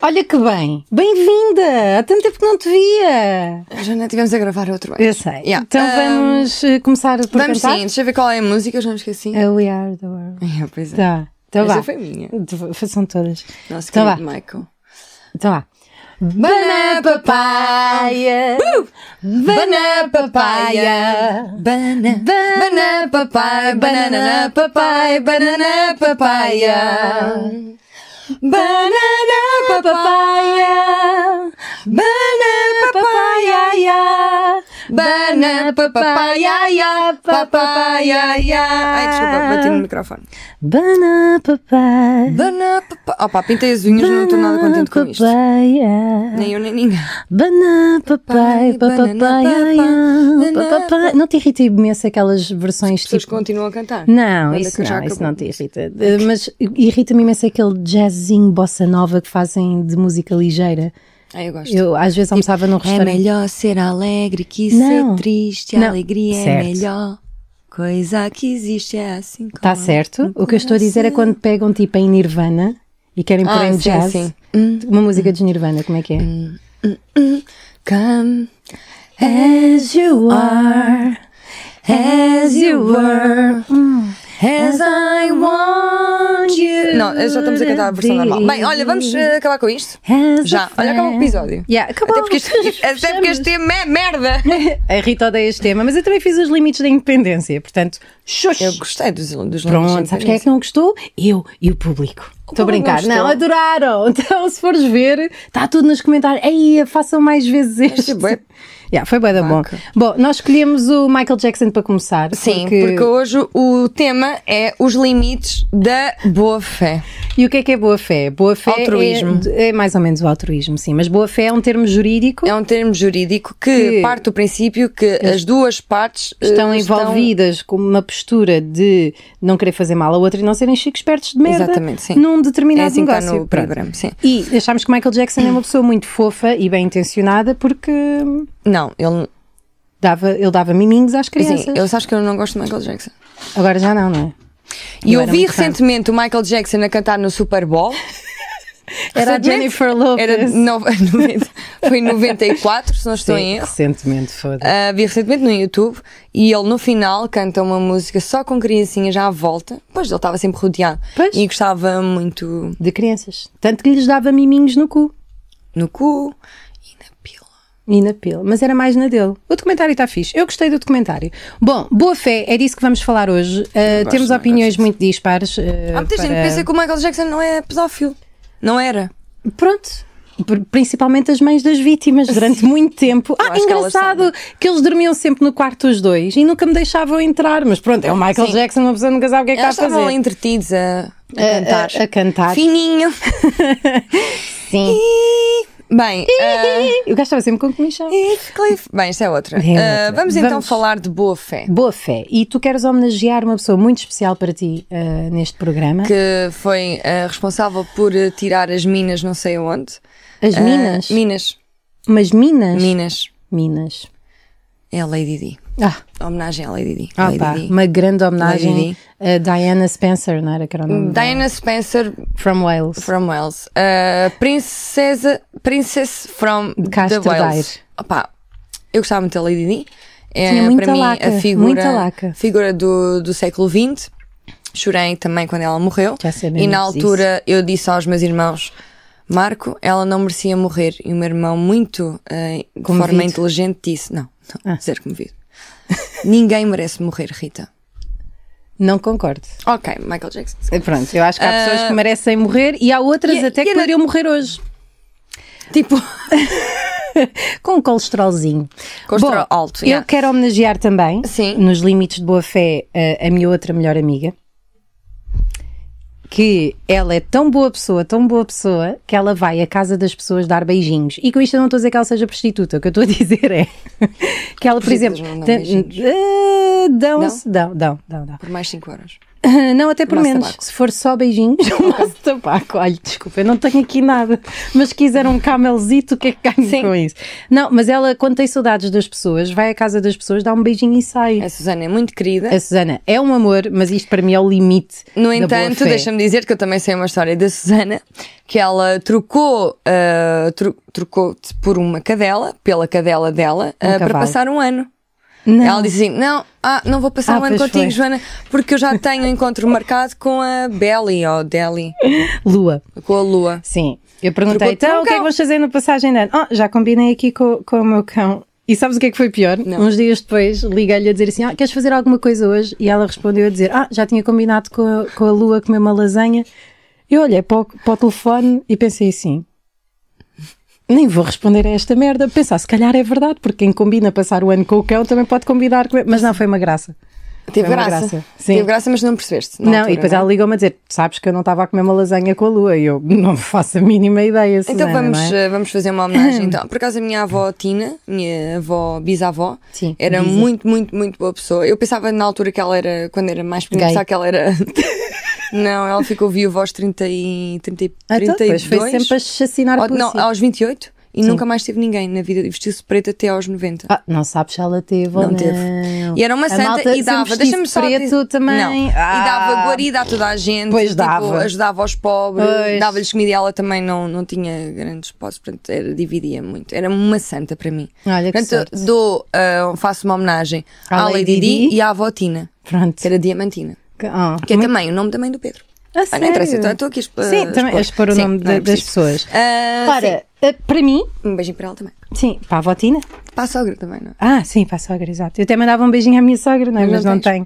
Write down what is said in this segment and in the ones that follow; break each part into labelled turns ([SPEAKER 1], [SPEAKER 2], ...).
[SPEAKER 1] Olha que bem! Bem-vinda! Há tanto tempo que não te via!
[SPEAKER 2] Já não tivemos a gravar outro bem.
[SPEAKER 1] Eu sei.
[SPEAKER 2] Yeah.
[SPEAKER 1] Então
[SPEAKER 2] Um,
[SPEAKER 1] vamos eh, começar por
[SPEAKER 2] Vamos
[SPEAKER 1] cantar?
[SPEAKER 2] sim, deixa eu ver qual é a música, eu já me esqueci.
[SPEAKER 1] A We Are the World.
[SPEAKER 2] É, pois é.
[SPEAKER 1] Tá, então
[SPEAKER 2] Essa
[SPEAKER 1] vá.
[SPEAKER 2] foi minha.
[SPEAKER 1] De- Façam todas.
[SPEAKER 2] Nosso
[SPEAKER 1] Então
[SPEAKER 2] querido Michael.
[SPEAKER 1] Então vá. Banana papaya, banana papaya,
[SPEAKER 2] Banana.
[SPEAKER 1] banana papaya, banana papaya, banana papaya. Banana papaya, banana papaya, ya. banana papaya, ya, papaya, ya.
[SPEAKER 2] Ai, desculpa, bati
[SPEAKER 1] Ah.
[SPEAKER 2] no microfone.
[SPEAKER 1] Banana papaya,
[SPEAKER 2] Banana. Opa, pintei as unhas, não estou nada contente com isto.
[SPEAKER 1] papaya.
[SPEAKER 2] Nem eu, nem ninguém.
[SPEAKER 1] Banana, papai,
[SPEAKER 2] Papai, banana,
[SPEAKER 1] papapaiaia,
[SPEAKER 2] papai,
[SPEAKER 1] papapai. Não te irrita imenso aquelas versões
[SPEAKER 2] As pessoas
[SPEAKER 1] tipo.
[SPEAKER 2] continuam a cantar.
[SPEAKER 1] Não,
[SPEAKER 2] Banda
[SPEAKER 1] isso
[SPEAKER 2] que já
[SPEAKER 1] não, isso
[SPEAKER 2] acabou.
[SPEAKER 1] não te irrita. Eh, Mas irrita-me imenso aquele jazzinho bossa nova que fazem de música ligeira.
[SPEAKER 2] Ai, eu gosto.
[SPEAKER 1] Eu às vezes almoçava num
[SPEAKER 2] É
[SPEAKER 1] restaurante.
[SPEAKER 2] melhor ser alegre que
[SPEAKER 1] Não.
[SPEAKER 2] ser triste. A
[SPEAKER 1] Não.
[SPEAKER 2] alegria é
[SPEAKER 1] Certo.
[SPEAKER 2] melhor. Coisa que existe é assim.
[SPEAKER 1] Está
[SPEAKER 2] como-
[SPEAKER 1] Tá certo? O que eu estou a dizer é quando pegam tipo em Nirvana e querem pôr
[SPEAKER 2] Ah,
[SPEAKER 1] em
[SPEAKER 2] sim,
[SPEAKER 1] jazz.
[SPEAKER 2] sim. Hum,
[SPEAKER 1] Uma música de Nirvana, como é que é?
[SPEAKER 2] Come
[SPEAKER 1] As you are, as you were, mm, as I want you.
[SPEAKER 2] Não, já estamos a cantar a versão
[SPEAKER 1] to
[SPEAKER 2] normal. Bem, olha, vamos eh, acabar com isto.
[SPEAKER 1] As a
[SPEAKER 2] Já, olha, acabou o
[SPEAKER 1] friend.
[SPEAKER 2] episódio.
[SPEAKER 1] Yeah, acabou.
[SPEAKER 2] Até porque este, até porque este tema é merda.
[SPEAKER 1] A Rita odeia este tema, mas eu também fiz os limites da independência, portanto, xoxo.
[SPEAKER 2] Eu gostei dos, dos
[SPEAKER 1] Pronto, sabes quem é que não gostou? Eu e o público. Estou a
[SPEAKER 2] público
[SPEAKER 1] brincar.
[SPEAKER 2] não
[SPEAKER 1] Não,
[SPEAKER 2] gostou.
[SPEAKER 1] adoraram. Então, se fores ver, está tudo nos comentários. Aí, façam mais vezes este.
[SPEAKER 2] Este é bué-
[SPEAKER 1] Yeah, foi bem da bom.
[SPEAKER 2] Vaca.
[SPEAKER 1] Bom, nós escolhemos o Michael Jackson para começar.
[SPEAKER 2] Sim, porque... hoje o tema é os limites da boa fé.
[SPEAKER 1] E o que é que é boa fé? Boa fé é-
[SPEAKER 2] Altruísmo.
[SPEAKER 1] É, mais ou menos o altruísmo, sim. Mas boa fé é um termo jurídico.
[SPEAKER 2] É um termo jurídico que,
[SPEAKER 1] Que-
[SPEAKER 2] parte do princípio que as duas partes eh,
[SPEAKER 1] Estão envolvidas com uma postura de não querer fazer mal a outra e não serem chicos espertos de merda
[SPEAKER 2] Exatamente, sim.
[SPEAKER 1] num
[SPEAKER 2] É
[SPEAKER 1] determinado
[SPEAKER 2] assim que está
[SPEAKER 1] negócio.
[SPEAKER 2] no
[SPEAKER 1] Pronto.
[SPEAKER 2] programa, sim.
[SPEAKER 1] E achámos que Michael Jackson é uma pessoa muito fofa e bem intencionada porque
[SPEAKER 2] Não, ele,
[SPEAKER 1] dava, ele dava miminhos às crianças.
[SPEAKER 2] sim, ele sabes que eu não gosto de Michael Jackson.
[SPEAKER 1] Agora já não, não é?
[SPEAKER 2] E
[SPEAKER 1] Eu
[SPEAKER 2] eu
[SPEAKER 1] era
[SPEAKER 2] vi
[SPEAKER 1] muito fã.
[SPEAKER 2] recentemente o Michael Jackson a cantar no Super Bowl.
[SPEAKER 1] Era a
[SPEAKER 2] Recentemente?
[SPEAKER 1] Jennifer Lopez.
[SPEAKER 2] Era no, 90, foi em 94, se não estou em
[SPEAKER 1] Sim,
[SPEAKER 2] um erro.
[SPEAKER 1] recentemente, foda
[SPEAKER 2] Ah, vi recentemente no YouTube e ele no final canta uma música só com criancinhas já à volta. Pois ele estava sempre rodeado
[SPEAKER 1] Pois.
[SPEAKER 2] e gostava muito
[SPEAKER 1] De crianças. Tanto que lhes dava miminhos no cu.
[SPEAKER 2] no cu e na pila.
[SPEAKER 1] E na pele, mas era mais na dele. O documentário está fixe. Eu gostei do documentário. Bom, boa fé, é disso que vamos falar hoje. Uh,
[SPEAKER 2] gosto,
[SPEAKER 1] temos
[SPEAKER 2] não,
[SPEAKER 1] opiniões
[SPEAKER 2] gosto.
[SPEAKER 1] muito dispares. uh,
[SPEAKER 2] Há muita gente que
[SPEAKER 1] para-
[SPEAKER 2] pensa que o Michael Jackson não é pedófilo. Não era.
[SPEAKER 1] Pronto. Pr- Principalmente as mães das vítimas durante muito tempo. Ah,
[SPEAKER 2] acho que elas
[SPEAKER 1] engraçado que eles dormiam sempre no quarto os dois e nunca me deixavam entrar. mas pronto, é o Michael
[SPEAKER 2] Sim.
[SPEAKER 1] Jackson, uma pessoa nunca sabe o que é que
[SPEAKER 2] Eles
[SPEAKER 1] está a
[SPEAKER 2] estavam ali
[SPEAKER 1] fazer.
[SPEAKER 2] entretidos a, a cantar.
[SPEAKER 1] A, a cantar.
[SPEAKER 2] Fininho.
[SPEAKER 1] Sim.
[SPEAKER 2] Bem, ah,
[SPEAKER 1] Eu gastava sempre com comichão.
[SPEAKER 2] Heath Cliff. Bem, esta é outra.
[SPEAKER 1] É
[SPEAKER 2] Ah,
[SPEAKER 1] outra.
[SPEAKER 2] vamos então
[SPEAKER 1] Vamos.
[SPEAKER 2] falar de boa fé.
[SPEAKER 1] Boa fé. E tu queres homenagear uma pessoa muito especial para ti uh, neste programa?
[SPEAKER 2] que foi ah, responsável por ah, tirar as minas não sei onde.
[SPEAKER 1] As
[SPEAKER 2] Ah,
[SPEAKER 1] Minas.
[SPEAKER 2] minas.
[SPEAKER 1] Mas Minas?
[SPEAKER 2] Minas.
[SPEAKER 1] Minas.
[SPEAKER 2] É a Lady Di.
[SPEAKER 1] Ah,
[SPEAKER 2] Homenagem à Lady Di.
[SPEAKER 1] ah
[SPEAKER 2] Lady
[SPEAKER 1] pá,
[SPEAKER 2] Di.
[SPEAKER 1] uma grande homenagem
[SPEAKER 2] Lady Hum.
[SPEAKER 1] a Diana Spencer, não era que era o nome? dela?
[SPEAKER 2] Diana Spencer
[SPEAKER 1] From Wales.
[SPEAKER 2] from Wales. Ah, princesa. Princess from
[SPEAKER 1] Castro
[SPEAKER 2] the Wales.
[SPEAKER 1] Daire.
[SPEAKER 2] Opá, eu gostava muito da Lady Di. É,
[SPEAKER 1] Tinha muita
[SPEAKER 2] para mim,
[SPEAKER 1] laca,
[SPEAKER 2] a figura,
[SPEAKER 1] muita laca.
[SPEAKER 2] figura do, do século XX. Chorei também quando ela morreu.
[SPEAKER 1] Já sabemos
[SPEAKER 2] e na
[SPEAKER 1] disso.
[SPEAKER 2] altura eu disse aos meus irmãos. Marco, ela não merecia morrer. E o meu irmão, muito eh, de
[SPEAKER 1] Comovido. Ah.
[SPEAKER 2] forma inteligente, disse: Não, não, ser comovido. Ninguém merece morrer, Rita.
[SPEAKER 1] Não concordo.
[SPEAKER 2] Ok, Michael Jackson.
[SPEAKER 1] Pronto, eu acho que há pessoas que merecem morrer e há outras
[SPEAKER 2] Ah, e-
[SPEAKER 1] até
[SPEAKER 2] e
[SPEAKER 1] que
[SPEAKER 2] era-
[SPEAKER 1] poderiam morrer hoje.
[SPEAKER 2] Tipo,
[SPEAKER 1] Com um colesterolzinho.
[SPEAKER 2] Colesterol
[SPEAKER 1] Bom,
[SPEAKER 2] alto,
[SPEAKER 1] Eu
[SPEAKER 2] yeah.
[SPEAKER 1] quero homenagear também,
[SPEAKER 2] Sim.
[SPEAKER 1] nos limites de boa fé, a, a minha outra melhor amiga. Que ela é tão boa pessoa, tão boa pessoa, que ela vai à casa das pessoas dar beijinhos. E com isto eu não estou a dizer que ela seja prostituta, o que eu estou a dizer é que ela, por
[SPEAKER 2] Prostitutas
[SPEAKER 1] exemplo.
[SPEAKER 2] não dão
[SPEAKER 1] tem-
[SPEAKER 2] beijinhos.
[SPEAKER 1] Eh, Dão-se, dão, dão, dão, dão.
[SPEAKER 2] por mais 5 horas.
[SPEAKER 1] Ah, Não, até por
[SPEAKER 2] Maço de
[SPEAKER 1] menos.
[SPEAKER 2] tabaco.
[SPEAKER 1] Se for só beijinhos, um maço de tabaco. Olha, desculpa, eu não tenho aqui nada. Mas se quiser um camelzito, o que é que ganho
[SPEAKER 2] Sim.
[SPEAKER 1] com isso? Não, mas ela, quando tem saudades das pessoas, vai à casa das pessoas, dá um beijinho e sai.
[SPEAKER 2] A Susana é muito querida.
[SPEAKER 1] A Susana é um amor, mas isto para mim é o limite.
[SPEAKER 2] No
[SPEAKER 1] da
[SPEAKER 2] entanto,
[SPEAKER 1] boa fé.
[SPEAKER 2] deixa-me dizer que eu também sei uma história da Susana, que ela trocou, ah, tro- trocou-te por uma cadela, pela cadela dela, ah, para
[SPEAKER 1] cavalo.
[SPEAKER 2] passar um ano.
[SPEAKER 1] Não.
[SPEAKER 2] Ela disse assim: Não, ah, não vou passar
[SPEAKER 1] Ah,
[SPEAKER 2] um ano
[SPEAKER 1] pois
[SPEAKER 2] contigo,
[SPEAKER 1] foi.
[SPEAKER 2] Joana, porque eu já tenho um encontro marcado com a Belly, ou Deli,
[SPEAKER 1] Lua.
[SPEAKER 2] com a Lua.
[SPEAKER 1] Sim. Eu perguntei,
[SPEAKER 2] Trocou-te por um
[SPEAKER 1] então, o que é que
[SPEAKER 2] cão."
[SPEAKER 1] vamos fazer na passagem de ano? Ah, já combinei aqui com, com o meu cão. E sabes o que é que foi pior? Uns dias depois liguei-lhe a dizer assim: ah, queres fazer alguma coisa hoje? E ela respondeu a dizer: Ah, já tinha combinado com a, com a Lua comer uma lasanha. Eu olhei para o, para o telefone e pensei assim: nem vou responder a esta merda. Pensar, se calhar é verdade, porque quem combina passar o ano com o cão também pode combinar. com- Mas não, foi uma graça.
[SPEAKER 2] Teve
[SPEAKER 1] Foi uma
[SPEAKER 2] graça.
[SPEAKER 1] graça. Sim.
[SPEAKER 2] Teve graça, mas não percebeste. na
[SPEAKER 1] Não,
[SPEAKER 2] altura,
[SPEAKER 1] e depois
[SPEAKER 2] não é?
[SPEAKER 1] ela ligou-me a dizer: Sabes que eu não estava a comer uma lasanha com a lua. E eu não faço a mínima ideia.
[SPEAKER 2] Então
[SPEAKER 1] Susana,
[SPEAKER 2] vamos,
[SPEAKER 1] não é?
[SPEAKER 2] eh, vamos fazer uma homenagem. Então, por acaso a minha avó Tina, minha avó bisavó,
[SPEAKER 1] Sim,
[SPEAKER 2] era
[SPEAKER 1] bisa.
[SPEAKER 2] muito, muito, muito boa pessoa. Eu pensava na altura que ela era, quando era mais pequena,
[SPEAKER 1] Gay.
[SPEAKER 2] pensava que ela era. não, ela ficou viúva aos 30 e 30, e
[SPEAKER 1] Ah, então,
[SPEAKER 2] 32.
[SPEAKER 1] depois foi sempre a chacinar
[SPEAKER 2] Ou-
[SPEAKER 1] por
[SPEAKER 2] não,
[SPEAKER 1] si.
[SPEAKER 2] aos 28 e nunca mais teve ninguém na vida. Vestiu-se preto até aos 90.
[SPEAKER 1] Ah, não sabes se ela teve ou
[SPEAKER 2] Não
[SPEAKER 1] não.
[SPEAKER 2] teve. E era uma
[SPEAKER 1] A
[SPEAKER 2] santa
[SPEAKER 1] malta
[SPEAKER 2] e
[SPEAKER 1] sempre
[SPEAKER 2] dava,
[SPEAKER 1] vestia-se
[SPEAKER 2] deixa-me só
[SPEAKER 1] preto
[SPEAKER 2] dizer-
[SPEAKER 1] também.
[SPEAKER 2] Não.
[SPEAKER 1] Ah.
[SPEAKER 2] E dava guarida a toda a gente,
[SPEAKER 1] Pois
[SPEAKER 2] tipo,
[SPEAKER 1] dava.
[SPEAKER 2] ajudava aos pobres,
[SPEAKER 1] Pois.
[SPEAKER 2] dava-lhes comida e ela também não, não tinha grandes posses, portanto, era, dividia muito. Era uma santa para mim.
[SPEAKER 1] Olha que
[SPEAKER 2] portanto,
[SPEAKER 1] sorte.
[SPEAKER 2] dou, ah, faço uma homenagem
[SPEAKER 1] À
[SPEAKER 2] à,
[SPEAKER 1] Lady
[SPEAKER 2] Lady
[SPEAKER 1] Di.
[SPEAKER 2] Di e à avó Tina,
[SPEAKER 1] Pronto.
[SPEAKER 2] que era Diamantina,
[SPEAKER 1] Ah,
[SPEAKER 2] que é também o nome também do Pedro.
[SPEAKER 1] a
[SPEAKER 2] Ah, não interessa,
[SPEAKER 1] sério?
[SPEAKER 2] então, eu estou aqui a expo-
[SPEAKER 1] Sim, também a expor o
[SPEAKER 2] Sim,
[SPEAKER 1] nome
[SPEAKER 2] não
[SPEAKER 1] da-
[SPEAKER 2] é
[SPEAKER 1] das
[SPEAKER 2] preciso.
[SPEAKER 1] pessoas.
[SPEAKER 2] Ah, sim.
[SPEAKER 1] Ora, ah, para mim,
[SPEAKER 2] um beijinho para ela também.
[SPEAKER 1] sim, para a votina.
[SPEAKER 2] Para a sogra também, não é?
[SPEAKER 1] Ah, sim, para a sogra, exato. Eu até mandava um beijinho à minha sogra, não é? Mas
[SPEAKER 2] não
[SPEAKER 1] não tenho.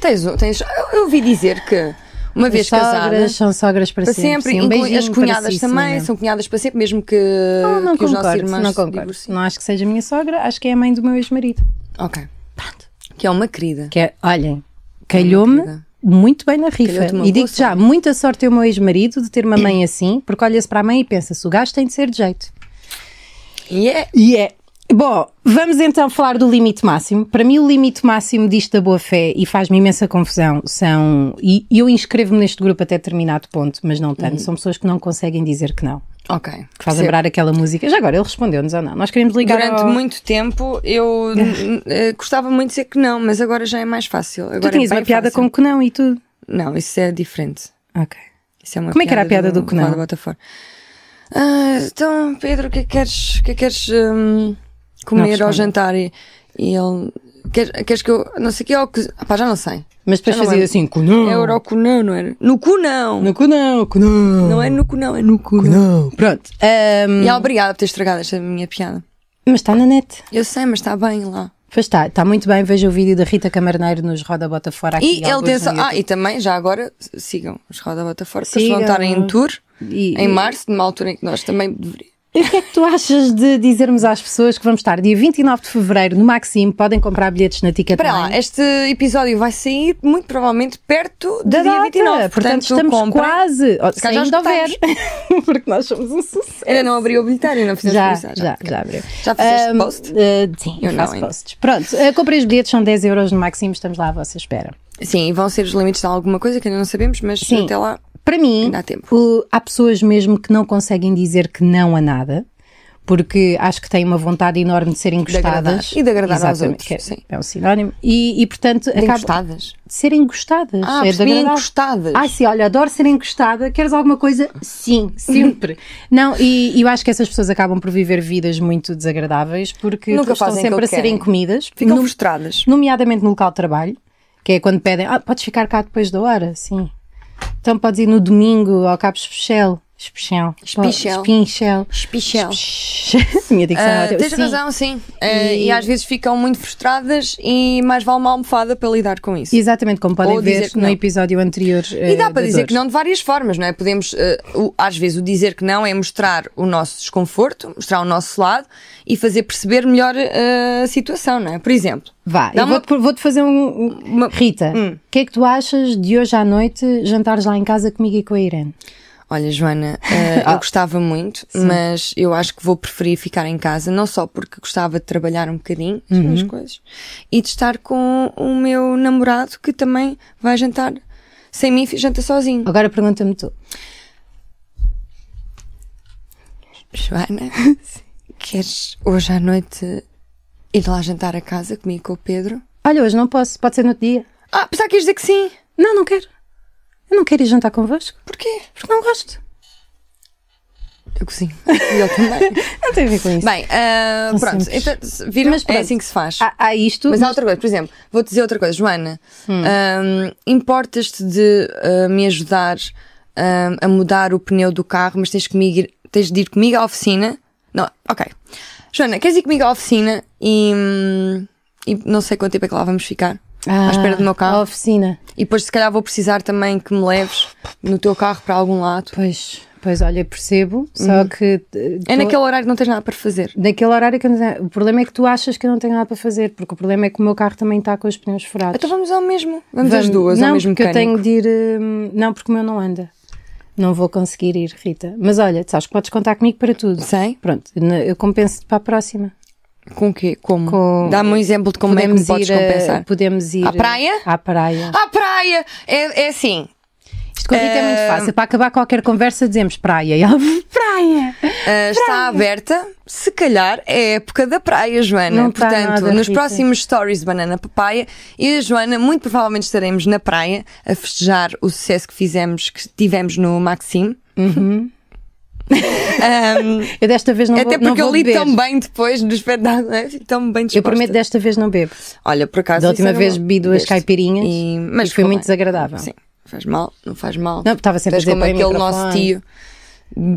[SPEAKER 2] Tens, tens, eu, eu ouvi dizer que uma vez
[SPEAKER 1] As sogras
[SPEAKER 2] casadas.
[SPEAKER 1] são sogras para,
[SPEAKER 2] para sempre,
[SPEAKER 1] sim, um
[SPEAKER 2] inclui-
[SPEAKER 1] beijinho
[SPEAKER 2] as
[SPEAKER 1] para
[SPEAKER 2] cunhadas
[SPEAKER 1] si,
[SPEAKER 2] também
[SPEAKER 1] senhora.
[SPEAKER 2] são cunhadas para sempre, mesmo que,
[SPEAKER 1] Não, não
[SPEAKER 2] que os nossos
[SPEAKER 1] concordo,
[SPEAKER 2] irmãos
[SPEAKER 1] não
[SPEAKER 2] se
[SPEAKER 1] concordo.
[SPEAKER 2] divorciem.
[SPEAKER 1] Não acho que seja minha sogra, acho que é a mãe do meu ex-marido.
[SPEAKER 2] Ok. Que é uma querida.
[SPEAKER 1] Que é, olhem, calhou-me
[SPEAKER 2] querida.
[SPEAKER 1] muito bem na rifa.
[SPEAKER 2] Calhou-te uma
[SPEAKER 1] E
[SPEAKER 2] boa
[SPEAKER 1] digo-te já, muita sorte tem o meu ex-marido de ter uma mãe assim, porque olha-se para a mãe e pensa-se, o gajo tem de ser de jeito.
[SPEAKER 2] E é.
[SPEAKER 1] E é. Bom, vamos então falar do limite máximo. Para mim, o limite máximo disto da boa fé e faz-me imensa confusão são. E e eu inscrevo-me neste grupo até determinado ponto, mas não tanto. São pessoas que não conseguem dizer que não.
[SPEAKER 2] Ok.
[SPEAKER 1] Que faz
[SPEAKER 2] Hum. percebo.
[SPEAKER 1] lembrar aquela música. Já agora, ele respondeu-nos ou não? Nós queremos ligar
[SPEAKER 2] Durante
[SPEAKER 1] ao...
[SPEAKER 2] muito tempo eu n- eh, gostava muito de dizer que não, mas agora já é mais fácil. Agora
[SPEAKER 1] Tu tinhas
[SPEAKER 2] é bem
[SPEAKER 1] uma piada
[SPEAKER 2] fácil.
[SPEAKER 1] com que não e tudo.
[SPEAKER 2] Não, isso é diferente.
[SPEAKER 1] Ok.
[SPEAKER 2] Isso é uma
[SPEAKER 1] Como é que era a piada do que não?
[SPEAKER 2] Fado Botafogo. Ah, então, Pedro, o que é que queres, o que é que queres hum,
[SPEAKER 1] Não
[SPEAKER 2] comer
[SPEAKER 1] responde.
[SPEAKER 2] ao jantar? E, e ele. Queres, queres que eu. Não sei o que é o que. Pá, já não sei.
[SPEAKER 1] Mas depois
[SPEAKER 2] Já não
[SPEAKER 1] fazia
[SPEAKER 2] é.
[SPEAKER 1] assim, que não.
[SPEAKER 2] É Eurocunão, não era? No cu não!
[SPEAKER 1] No cu não, cu não.
[SPEAKER 2] Não é no cu não, é no cu.
[SPEAKER 1] Não. Pronto. ahm,
[SPEAKER 2] E ah, obrigada por ter estragado esta minha piada.
[SPEAKER 1] Mas está na net.
[SPEAKER 2] Eu sei, mas está bem lá.
[SPEAKER 1] Pois está, está muito bem. Veja o vídeo da Rita Camarneiro nos Roda Bota Fora aqui.
[SPEAKER 2] E ele
[SPEAKER 1] alguns
[SPEAKER 2] tem só.
[SPEAKER 1] no
[SPEAKER 2] Ah, e também, já agora, sigam os Roda Botafogo, que eles
[SPEAKER 1] Sigam.
[SPEAKER 2] vão estar em tour
[SPEAKER 1] E-
[SPEAKER 2] Ah, em março, numa altura em que nós também deveríamos.
[SPEAKER 1] E o que é que tu achas de dizermos às pessoas que vamos estar dia 29 de fevereiro no Maxime? Podem comprar bilhetes na Ticket
[SPEAKER 2] Espera lá, este episódio vai sair muito provavelmente perto do
[SPEAKER 1] Da
[SPEAKER 2] é dia
[SPEAKER 1] data,
[SPEAKER 2] 29.
[SPEAKER 1] portanto, estamos
[SPEAKER 2] comprem.
[SPEAKER 1] quase. Oh,
[SPEAKER 2] calhar
[SPEAKER 1] se
[SPEAKER 2] já
[SPEAKER 1] ainda
[SPEAKER 2] É,
[SPEAKER 1] houver. Porque nós somos um sucesso.
[SPEAKER 2] Ainda não abriu o bilhetário, não fizemos
[SPEAKER 1] Já, já,
[SPEAKER 2] publicidade.
[SPEAKER 1] já,
[SPEAKER 2] Ok.
[SPEAKER 1] abriu.
[SPEAKER 2] Já fizeste
[SPEAKER 1] Ahm,
[SPEAKER 2] post?
[SPEAKER 1] ah, sim,
[SPEAKER 2] Eu
[SPEAKER 1] eu
[SPEAKER 2] não
[SPEAKER 1] faço
[SPEAKER 2] ainda.
[SPEAKER 1] posts. Pronto, ah, comprei os bilhetes, são 10 euros no Maxime, estamos lá à vossa espera.
[SPEAKER 2] Sim, e vão ser os limites de alguma coisa que ainda não sabemos, mas
[SPEAKER 1] Sim.
[SPEAKER 2] até lá.
[SPEAKER 1] Para mim,
[SPEAKER 2] Ainda há tempo.
[SPEAKER 1] o- há pessoas mesmo que não conseguem dizer que não a nada, porque acho que têm uma vontade enorme de serem
[SPEAKER 2] agradar.
[SPEAKER 1] gostadas.
[SPEAKER 2] E de agradar aos
[SPEAKER 1] Exatamente,
[SPEAKER 2] outros,
[SPEAKER 1] que é-
[SPEAKER 2] sim.
[SPEAKER 1] É um sinónimo. E, e, portanto,
[SPEAKER 2] De
[SPEAKER 1] acaba
[SPEAKER 2] encostadas.
[SPEAKER 1] de serem gostadas. é
[SPEAKER 2] Ah,
[SPEAKER 1] de
[SPEAKER 2] percebi,
[SPEAKER 1] agradar.
[SPEAKER 2] encostadas.
[SPEAKER 1] Ah, sim, olha, adoro ser encostada. Queres alguma coisa? Sim, sempre. não, e, e eu acho que essas pessoas acabam por viver vidas muito desagradáveis porque
[SPEAKER 2] Nunca
[SPEAKER 1] estão
[SPEAKER 2] fazem o que
[SPEAKER 1] sempre a serem
[SPEAKER 2] querem.
[SPEAKER 1] comidas.
[SPEAKER 2] Ficam
[SPEAKER 1] Num-
[SPEAKER 2] frustradas.
[SPEAKER 1] nomeadamente no local de trabalho, que é quando pedem, ah, podes ficar cá depois da hora, sim. Então podes ir no domingo ao Cabo Espichel. Espichel.
[SPEAKER 2] Espichel.
[SPEAKER 1] Espinchel.
[SPEAKER 2] Espichel.
[SPEAKER 1] Minha dicção é
[SPEAKER 2] Ah,
[SPEAKER 1] ótima.
[SPEAKER 2] tens
[SPEAKER 1] Sim.
[SPEAKER 2] razão, sim. Ah,
[SPEAKER 1] E-
[SPEAKER 2] e... às vezes ficam muito frustradas e mais vale uma almofada para lidar com isso.
[SPEAKER 1] Exatamente, como podem
[SPEAKER 2] Ou dizer
[SPEAKER 1] ver
[SPEAKER 2] que
[SPEAKER 1] no
[SPEAKER 2] não.
[SPEAKER 1] episódio anterior. eh,
[SPEAKER 2] E dá para dizer que não de várias formas, não é? Podemos, eh, o- às vezes, o dizer que não é mostrar o nosso desconforto, mostrar o nosso lado e fazer perceber melhor eh, a situação, não é? Por exemplo,
[SPEAKER 1] Vá,
[SPEAKER 2] Dá
[SPEAKER 1] eu
[SPEAKER 2] uma-
[SPEAKER 1] vou-te vou-te fazer um. um-
[SPEAKER 2] Uma- Hum.
[SPEAKER 1] Rita, o que é que tu achas de hoje à noite jantares lá em casa comigo e com a Irene?
[SPEAKER 2] olha, Joana, eh, eu gostava muito, mas eu acho que vou preferir ficar em casa, não só porque gostava de trabalhar um bocadinho
[SPEAKER 1] Uhum.
[SPEAKER 2] as minhas coisas e de estar com o meu namorado que também vai jantar sem mim janta sozinho.
[SPEAKER 1] Agora pergunta-me tu.
[SPEAKER 2] Joana, queres hoje à noite ir lá jantar a casa comigo com o Pedro?
[SPEAKER 1] Olha, hoje não posso, pode ser no outro dia.
[SPEAKER 2] Ah, pensava que ias dizer que sim.
[SPEAKER 1] Não, não quero. Eu não quero ir jantar convosco,
[SPEAKER 2] Porquê?
[SPEAKER 1] porque não gosto.
[SPEAKER 2] Eu cozinho. E ele também.
[SPEAKER 1] Não tem a ver com isso.
[SPEAKER 2] Bem, ah,
[SPEAKER 1] São
[SPEAKER 2] pronto.
[SPEAKER 1] simples.
[SPEAKER 2] Então, viram?
[SPEAKER 1] Mas pronto.
[SPEAKER 2] É assim que se faz.
[SPEAKER 1] há, há isto,
[SPEAKER 2] Mas há
[SPEAKER 1] mas,
[SPEAKER 2] outra coisa, por exemplo, vou te dizer outra coisa, Joana.
[SPEAKER 1] Hum.
[SPEAKER 2] ahm, Importas-te de ah, me ajudar ahm, a mudar o pneu do carro, mas tens, comigo ir- tens de ir comigo à oficina. Não, ok. Joana, queres ir comigo à oficina e, hum, e não sei quanto tempo é que lá vamos ficar?
[SPEAKER 1] Ah,
[SPEAKER 2] à espera do meu carro.
[SPEAKER 1] A oficina.
[SPEAKER 2] E depois, se calhar, vou precisar também que me leves no teu carro para algum lado.
[SPEAKER 1] Pois, pois olha, percebo, só que. eh,
[SPEAKER 2] É
[SPEAKER 1] tô-
[SPEAKER 2] naquele horário que não tens nada para fazer.
[SPEAKER 1] Naquele horário que eu não tenho- O problema é que tu achas que eu não tenho nada para fazer, porque o problema é que o meu carro também está com os pneus furados.
[SPEAKER 2] Então vamos ao mesmo. Vamos,
[SPEAKER 1] Vamos-
[SPEAKER 2] às duas,
[SPEAKER 1] não,
[SPEAKER 2] ao mesmo
[SPEAKER 1] porque eu
[SPEAKER 2] mecânico.
[SPEAKER 1] tenho de ir. hum, Não, porque o meu não anda. Não vou conseguir ir, Rita. Mas olha, tu sabes que podes contar comigo para tudo.
[SPEAKER 2] Sei.
[SPEAKER 1] Pronto, na- eu compenso-te para a próxima.
[SPEAKER 2] Com o quê? Como?
[SPEAKER 1] Com-
[SPEAKER 2] Dá-me um exemplo de como é que me podes
[SPEAKER 1] ir a-
[SPEAKER 2] compensar.
[SPEAKER 1] podemos ir eh,
[SPEAKER 2] À praia?
[SPEAKER 1] À praia.
[SPEAKER 2] À praia! É, é assim.
[SPEAKER 1] Isto com a Rita é
[SPEAKER 2] Eh,
[SPEAKER 1] muito fácil. Para acabar qualquer conversa, dizemos praia. E ela, praia!
[SPEAKER 2] ah, está aberta, se calhar é a época da praia, Joana.
[SPEAKER 1] Não está
[SPEAKER 2] Portanto,
[SPEAKER 1] nada,
[SPEAKER 2] nos
[SPEAKER 1] Rita.
[SPEAKER 2] próximos stories de Banana Papaya, eu e a Joana muito provavelmente estaremos na praia a festejar o sucesso que fizemos, que tivemos no Maxime.
[SPEAKER 1] Eu desta vez não
[SPEAKER 2] É Até
[SPEAKER 1] vou não
[SPEAKER 2] porque eu
[SPEAKER 1] vou
[SPEAKER 2] li
[SPEAKER 1] beber.
[SPEAKER 2] tão bem depois no espetáculo, né? Fico tão bem disposta.
[SPEAKER 1] Eu prometo desta vez não bebo.
[SPEAKER 2] Olha, por acaso.
[SPEAKER 1] Da última
[SPEAKER 2] isso era
[SPEAKER 1] vez
[SPEAKER 2] bom.
[SPEAKER 1] bebi duas
[SPEAKER 2] é Deste.
[SPEAKER 1] caipirinhas
[SPEAKER 2] E-
[SPEAKER 1] e foi
[SPEAKER 2] ficou
[SPEAKER 1] muito
[SPEAKER 2] bem.
[SPEAKER 1] desagradável.
[SPEAKER 2] Sim, faz mal, não faz mal.
[SPEAKER 1] Não, estava sempre a
[SPEAKER 2] Estás
[SPEAKER 1] dizer
[SPEAKER 2] como
[SPEAKER 1] para o
[SPEAKER 2] aquele
[SPEAKER 1] microfone.
[SPEAKER 2] nosso tio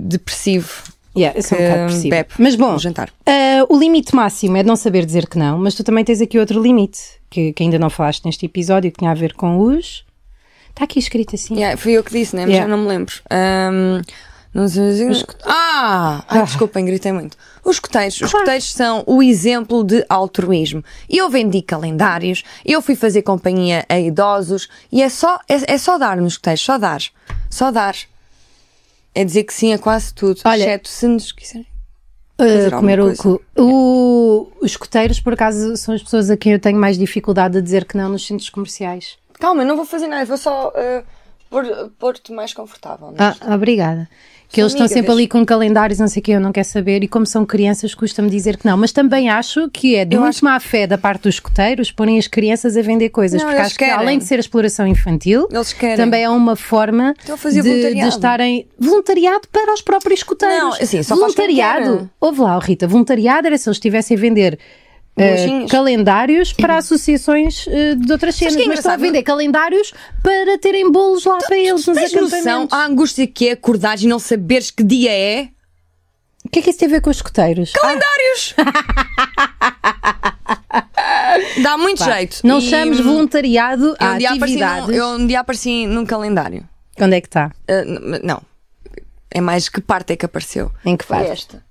[SPEAKER 2] depressivo.
[SPEAKER 1] Yeah, eu sou um
[SPEAKER 2] que
[SPEAKER 1] bocado depressiva.
[SPEAKER 2] bebe
[SPEAKER 1] Mas bom,
[SPEAKER 2] no jantar.
[SPEAKER 1] ah, o limite máximo é de não saber dizer que não, mas tu também tens aqui outro limite que, que ainda não falaste neste episódio, que tinha a ver com os. Está aqui escrito assim.
[SPEAKER 2] Yeah, fui eu que disse, né? Mas
[SPEAKER 1] Yeah.
[SPEAKER 2] já não me lembro. Ahm, não sei. Ah! Ai, desculpem, gritei muito. Os escuteiros. Os escuteiros são o exemplo de altruísmo. Eu vendi calendários, eu fui fazer companhia a idosos e é só, é, é só dar nos escuteiros, só dar. Só dar. É dizer que sim a quase tudo,
[SPEAKER 1] Olha-
[SPEAKER 2] exceto se nos quiserem.
[SPEAKER 1] Ah,
[SPEAKER 2] fazer
[SPEAKER 1] comer o
[SPEAKER 2] alguma coisa.
[SPEAKER 1] cu. O- os escuteiros, por acaso, são as pessoas a quem eu tenho mais dificuldade a dizer que não nos centros comerciais.
[SPEAKER 2] Calma, eu não vou fazer nada, vou só ah, pôr- pôr-te mais confortável. não é?
[SPEAKER 1] Ah, obrigada. Que
[SPEAKER 2] Sou
[SPEAKER 1] eles estão
[SPEAKER 2] amiga,
[SPEAKER 1] sempre
[SPEAKER 2] vês?
[SPEAKER 1] ali com calendários, não sei o que, eu não quero saber. E como são crianças, custa-me dizer que não. Mas também acho que é de
[SPEAKER 2] Eu
[SPEAKER 1] muito
[SPEAKER 2] acho-
[SPEAKER 1] má fé da parte dos escuteiros porem as crianças a vender coisas.
[SPEAKER 2] Não,
[SPEAKER 1] porque
[SPEAKER 2] eles
[SPEAKER 1] acho
[SPEAKER 2] querem.
[SPEAKER 1] que além de ser exploração infantil,
[SPEAKER 2] Eles querem.
[SPEAKER 1] também é uma forma
[SPEAKER 2] Estão a
[SPEAKER 1] de,
[SPEAKER 2] fazer
[SPEAKER 1] de
[SPEAKER 2] voluntariado.
[SPEAKER 1] estarem. Voluntariado para os próprios escuteiros.
[SPEAKER 2] Não, assim, só faz quem
[SPEAKER 1] voluntariado.
[SPEAKER 2] quer.
[SPEAKER 1] Ouve lá, oh, Rita, voluntariado era se eles estivessem a vender. eh,
[SPEAKER 2] Bolachinhas.
[SPEAKER 1] calendários para associações eh, de outras
[SPEAKER 2] Sabes
[SPEAKER 1] cenas,
[SPEAKER 2] que é
[SPEAKER 1] mas estão a
[SPEAKER 2] engraçado?
[SPEAKER 1] vender calendários para terem bolos lá para eles nos
[SPEAKER 2] Tens noção
[SPEAKER 1] acampamentos.
[SPEAKER 2] a angústia que é acordares e não saberes que dia é?
[SPEAKER 1] O que é que isso tem a ver com os Ah, escuteiros?
[SPEAKER 2] Calendários! Dá muito jeito.
[SPEAKER 1] Não
[SPEAKER 2] E,
[SPEAKER 1] chames
[SPEAKER 2] hum,
[SPEAKER 1] voluntariado
[SPEAKER 2] eu
[SPEAKER 1] a
[SPEAKER 2] um, dia apareci
[SPEAKER 1] atividades.
[SPEAKER 2] num, eu um dia apareci num calendário.
[SPEAKER 1] Onde é que está?
[SPEAKER 2] Ah, n- não. É mais que parte é que apareceu.
[SPEAKER 1] Em que
[SPEAKER 2] Foi
[SPEAKER 1] parte?
[SPEAKER 2] esta.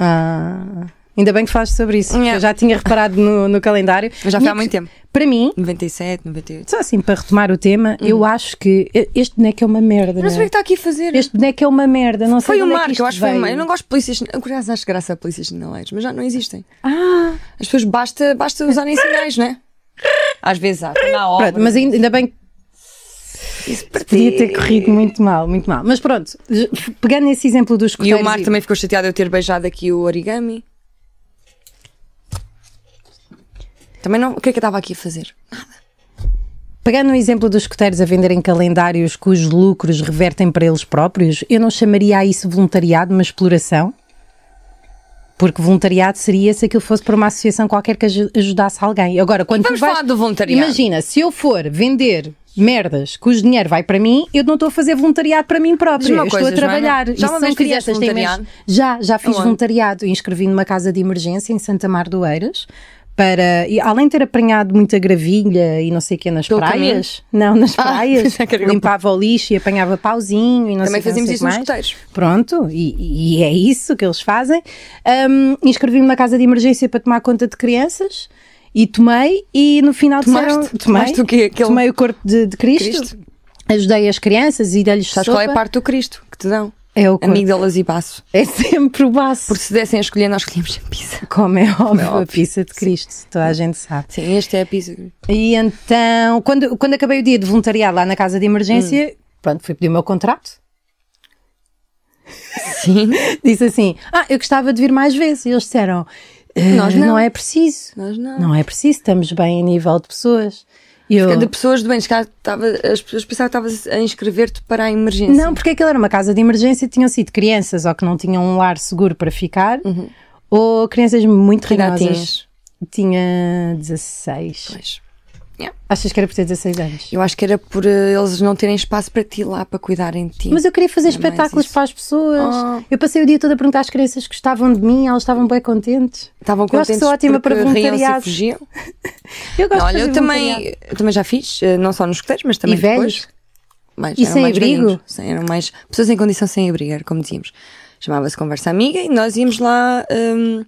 [SPEAKER 1] Ah, ainda bem que falaste sobre isso. porque
[SPEAKER 2] Yeah.
[SPEAKER 1] Eu já tinha reparado no, no calendário.
[SPEAKER 2] Mas já foi
[SPEAKER 1] Tinha
[SPEAKER 2] há muito
[SPEAKER 1] que-
[SPEAKER 2] tempo. Hum.
[SPEAKER 1] Para mim,
[SPEAKER 2] 97, 98.
[SPEAKER 1] só assim para retomar o tema, eu acho que e- este boneco é uma merda.
[SPEAKER 2] Não sei o
[SPEAKER 1] não
[SPEAKER 2] que
[SPEAKER 1] é?
[SPEAKER 2] está aqui a fazer.
[SPEAKER 1] Este boneco é uma merda. Não sei
[SPEAKER 2] Foi
[SPEAKER 1] de
[SPEAKER 2] o
[SPEAKER 1] onde é que
[SPEAKER 2] Marco,
[SPEAKER 1] isto
[SPEAKER 2] eu acho que foi o
[SPEAKER 1] veio.
[SPEAKER 2] Marco. Eu não gosto de polícias. Eu, por acaso, acho graça a polícias sinaleiros, mas já não existem.
[SPEAKER 1] Ah,
[SPEAKER 2] As pessoas basta, basta usarem sinais, né? Às vezes há. Na obra.
[SPEAKER 1] pronto, mas ainda, ainda bem que
[SPEAKER 2] Isso para
[SPEAKER 1] podia
[SPEAKER 2] ti.
[SPEAKER 1] ter corrido muito mal, muito mal. Mas pronto, j- pegando nesse exemplo dos
[SPEAKER 2] E
[SPEAKER 1] escuteiros.
[SPEAKER 2] o Marco também ficou chateado de eu ter beijado aqui o origami. Também não. O que é que eu estava aqui a fazer?
[SPEAKER 1] Pegando o exemplo dos escuteiros a venderem calendários cujos lucros revertem para eles próprios, eu não chamaria a isso voluntariado, mas exploração. Porque voluntariado seria se aquilo fosse para uma associação qualquer que aju- ajudasse alguém. Agora, quando
[SPEAKER 2] Vamos
[SPEAKER 1] tu vais-
[SPEAKER 2] falar do voluntariado.
[SPEAKER 1] Imagina, se eu for vender merdas cujo dinheiro vai para mim, eu não estou a fazer voluntariado para mim próprio.
[SPEAKER 2] Diz-me uma
[SPEAKER 1] Eu estou
[SPEAKER 2] coisa,
[SPEAKER 1] a trabalhar.
[SPEAKER 2] Joana, já
[SPEAKER 1] E se são
[SPEAKER 2] uma vez fizeste
[SPEAKER 1] crianças, têm menos-
[SPEAKER 2] voluntariado?
[SPEAKER 1] já, já fiz
[SPEAKER 2] Aonde?
[SPEAKER 1] voluntariado. Inscrevi-me numa casa de emergência em Santa Mar do Eiras. Para, e além de ter apanhado muita gravilha e não sei o que nas
[SPEAKER 2] Pelo Ah,
[SPEAKER 1] praias, não, nas praias,
[SPEAKER 2] pensava que era
[SPEAKER 1] limpava o lixo e apanhava pauzinho e não
[SPEAKER 2] um Também
[SPEAKER 1] sei o que, não
[SPEAKER 2] fazíamos
[SPEAKER 1] sei
[SPEAKER 2] isso
[SPEAKER 1] o que
[SPEAKER 2] nos
[SPEAKER 1] mais.
[SPEAKER 2] escuteiros.
[SPEAKER 1] Pronto, e, e é isso que eles fazem. Hum, Inscrevi-me numa casa de emergência para tomar conta de crianças e tomei, e no final
[SPEAKER 2] Tomaste?
[SPEAKER 1] disseram,
[SPEAKER 2] Tomaste o quê? Aquele-
[SPEAKER 1] tomei o corpo de, de Cristo,
[SPEAKER 2] Cristo?
[SPEAKER 1] ajudei as crianças e dei-lhes
[SPEAKER 2] Sabes é
[SPEAKER 1] sopa.
[SPEAKER 2] qual é a parte do Cristo que te dão?
[SPEAKER 1] É o corpo.
[SPEAKER 2] Amígdalas e baço.
[SPEAKER 1] É sempre o baço.
[SPEAKER 2] Porque se dessem a escolher, nós escolhemos a pizza.
[SPEAKER 1] Como é óbvio,
[SPEAKER 2] óbvio.
[SPEAKER 1] a pizza de Cristo, toda a gente sabe.
[SPEAKER 2] Sim, esta é a pizza.
[SPEAKER 1] E então, quando, quando acabei o dia de voluntariado lá na casa de emergência,
[SPEAKER 2] Hum.
[SPEAKER 1] pronto, fui pedir o meu contrato.
[SPEAKER 2] Sim.
[SPEAKER 1] Disse assim: Ah, eu gostava de vir mais vezes. E eles disseram: "Eh,
[SPEAKER 2] Nós não."
[SPEAKER 1] é preciso.
[SPEAKER 2] Nós não.
[SPEAKER 1] Não é preciso, estamos bem a nível de pessoas. E eu,
[SPEAKER 2] De pessoas doentes, cá estava, as pessoas pensavam que estavas a inscrever-te para a emergência.
[SPEAKER 1] Não, porque aquilo era uma casa de emergência, tinham sido crianças ou que não tinham um lar seguro para ficar,
[SPEAKER 2] Uhum.
[SPEAKER 1] ou crianças muito
[SPEAKER 2] Que idade
[SPEAKER 1] ranhosas. Tinha 16.
[SPEAKER 2] Pois.
[SPEAKER 1] Achas que era por ter 16 anos?
[SPEAKER 2] Eu acho que era por eh, eles não terem espaço para ti lá, para cuidarem de ti.
[SPEAKER 1] Mas eu queria fazer
[SPEAKER 2] mais
[SPEAKER 1] espetáculos
[SPEAKER 2] isso.
[SPEAKER 1] para as pessoas.
[SPEAKER 2] Oh.
[SPEAKER 1] Eu passei o dia todo a perguntar às crianças que gostavam de mim, elas estavam bem contentes.
[SPEAKER 2] Estavam
[SPEAKER 1] eu acho que
[SPEAKER 2] contentes
[SPEAKER 1] sou ótima para
[SPEAKER 2] porque riam-se e
[SPEAKER 1] voluntariado.
[SPEAKER 2] fugiam.
[SPEAKER 1] Eu gosto
[SPEAKER 2] Não, olha,
[SPEAKER 1] de fazer
[SPEAKER 2] eu também,
[SPEAKER 1] voluntariado.
[SPEAKER 2] eu também já fiz, eh, não só nos escoteiros, mas também
[SPEAKER 1] E
[SPEAKER 2] depois.
[SPEAKER 1] velhos?
[SPEAKER 2] Mas
[SPEAKER 1] E
[SPEAKER 2] eram
[SPEAKER 1] sem
[SPEAKER 2] mais
[SPEAKER 1] abrigo?
[SPEAKER 2] velhinhos. Sim, eram mais pessoas em condição sem abrigo, era como dizíamos. Chamava-se Conversa Amiga e nós íamos lá, hum,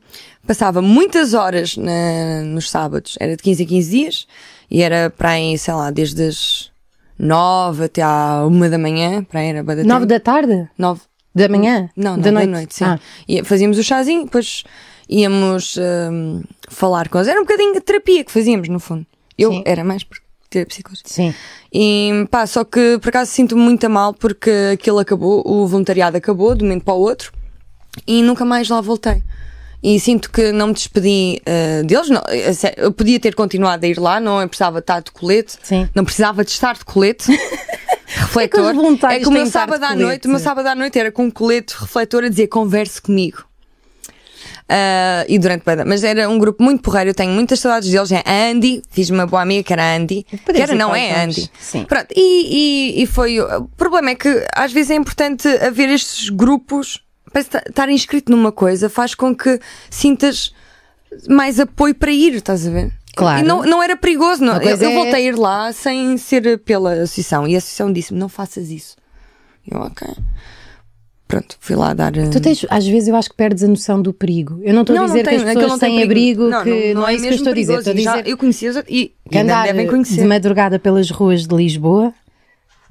[SPEAKER 2] passava muitas horas na- nos sábados, era de 15 a 15 dias e era para aí, sei lá, desde as 9 até à 1 da manhã, para aí era bué de
[SPEAKER 1] 9
[SPEAKER 2] tempo.
[SPEAKER 1] da tarde?
[SPEAKER 2] Nove.
[SPEAKER 1] Da manhã?
[SPEAKER 2] Não, não,
[SPEAKER 1] da noite?
[SPEAKER 2] sim.
[SPEAKER 1] Ah,
[SPEAKER 2] E fazíamos o chazinho, depois íamos hum, falar com eles. Era um bocadinho de terapia que fazíamos, no fundo. Eu
[SPEAKER 1] Sim.
[SPEAKER 2] era mais porque ter psicose.
[SPEAKER 1] sim.
[SPEAKER 2] E pá, só que por acaso sinto-me muito a mal porque aquilo acabou, o voluntariado acabou de um momento para o outro e nunca mais lá voltei. E sinto que não me despedi eh, deles. Não, eh, sé- eu podia ter continuado a ir lá, não eu precisava estar de colete,
[SPEAKER 1] Sim.
[SPEAKER 2] não precisava de estar de colete.
[SPEAKER 1] É que
[SPEAKER 2] refletor.
[SPEAKER 1] os voluntários
[SPEAKER 2] o meu
[SPEAKER 1] têm que estar de
[SPEAKER 2] sábado à
[SPEAKER 1] colete. é.
[SPEAKER 2] noite, o meu sábado à noite era com um colete refletor a dizer converse comigo. Ah, e durante banda. Mas era um grupo muito porreiro, eu tenho muitas saudades deles. É a Andy, fiz uma boa amiga que era a Andy.
[SPEAKER 1] Podemos
[SPEAKER 2] que era,
[SPEAKER 1] ir
[SPEAKER 2] não
[SPEAKER 1] para os
[SPEAKER 2] é
[SPEAKER 1] nomes.
[SPEAKER 2] Andy.
[SPEAKER 1] Sim.
[SPEAKER 2] Pronto, e, e, e foi. O problema é que às vezes é importante haver estes grupos. Parece ta- estar inscrito numa coisa faz com que sintas mais apoio para ir, estás a ver?
[SPEAKER 1] Claro.
[SPEAKER 2] E não, não era perigoso, não.
[SPEAKER 1] Uma
[SPEAKER 2] Eu,
[SPEAKER 1] coisa
[SPEAKER 2] eu
[SPEAKER 1] é-
[SPEAKER 2] voltei a ir lá sem ser pela associação. E a associação disse-me: não faças isso. Eu, ok. Pronto, fui lá dar. eh,
[SPEAKER 1] Tu tens, às vezes eu acho que perdes a noção do perigo. Eu não estou a
[SPEAKER 2] não,
[SPEAKER 1] dizer
[SPEAKER 2] não
[SPEAKER 1] que as
[SPEAKER 2] tenho, aquilo não
[SPEAKER 1] pessoas
[SPEAKER 2] tem
[SPEAKER 1] sem
[SPEAKER 2] perigo.
[SPEAKER 1] abrigo, que não, é isso que eu
[SPEAKER 2] mesmo
[SPEAKER 1] estou a dizer.
[SPEAKER 2] perigoso.
[SPEAKER 1] Estou a
[SPEAKER 2] E já-
[SPEAKER 1] dizer
[SPEAKER 2] eu conhecia já- e,
[SPEAKER 1] que
[SPEAKER 2] e ainda
[SPEAKER 1] andar
[SPEAKER 2] devem
[SPEAKER 1] de
[SPEAKER 2] conhecer.
[SPEAKER 1] madrugada pelas ruas de Lisboa,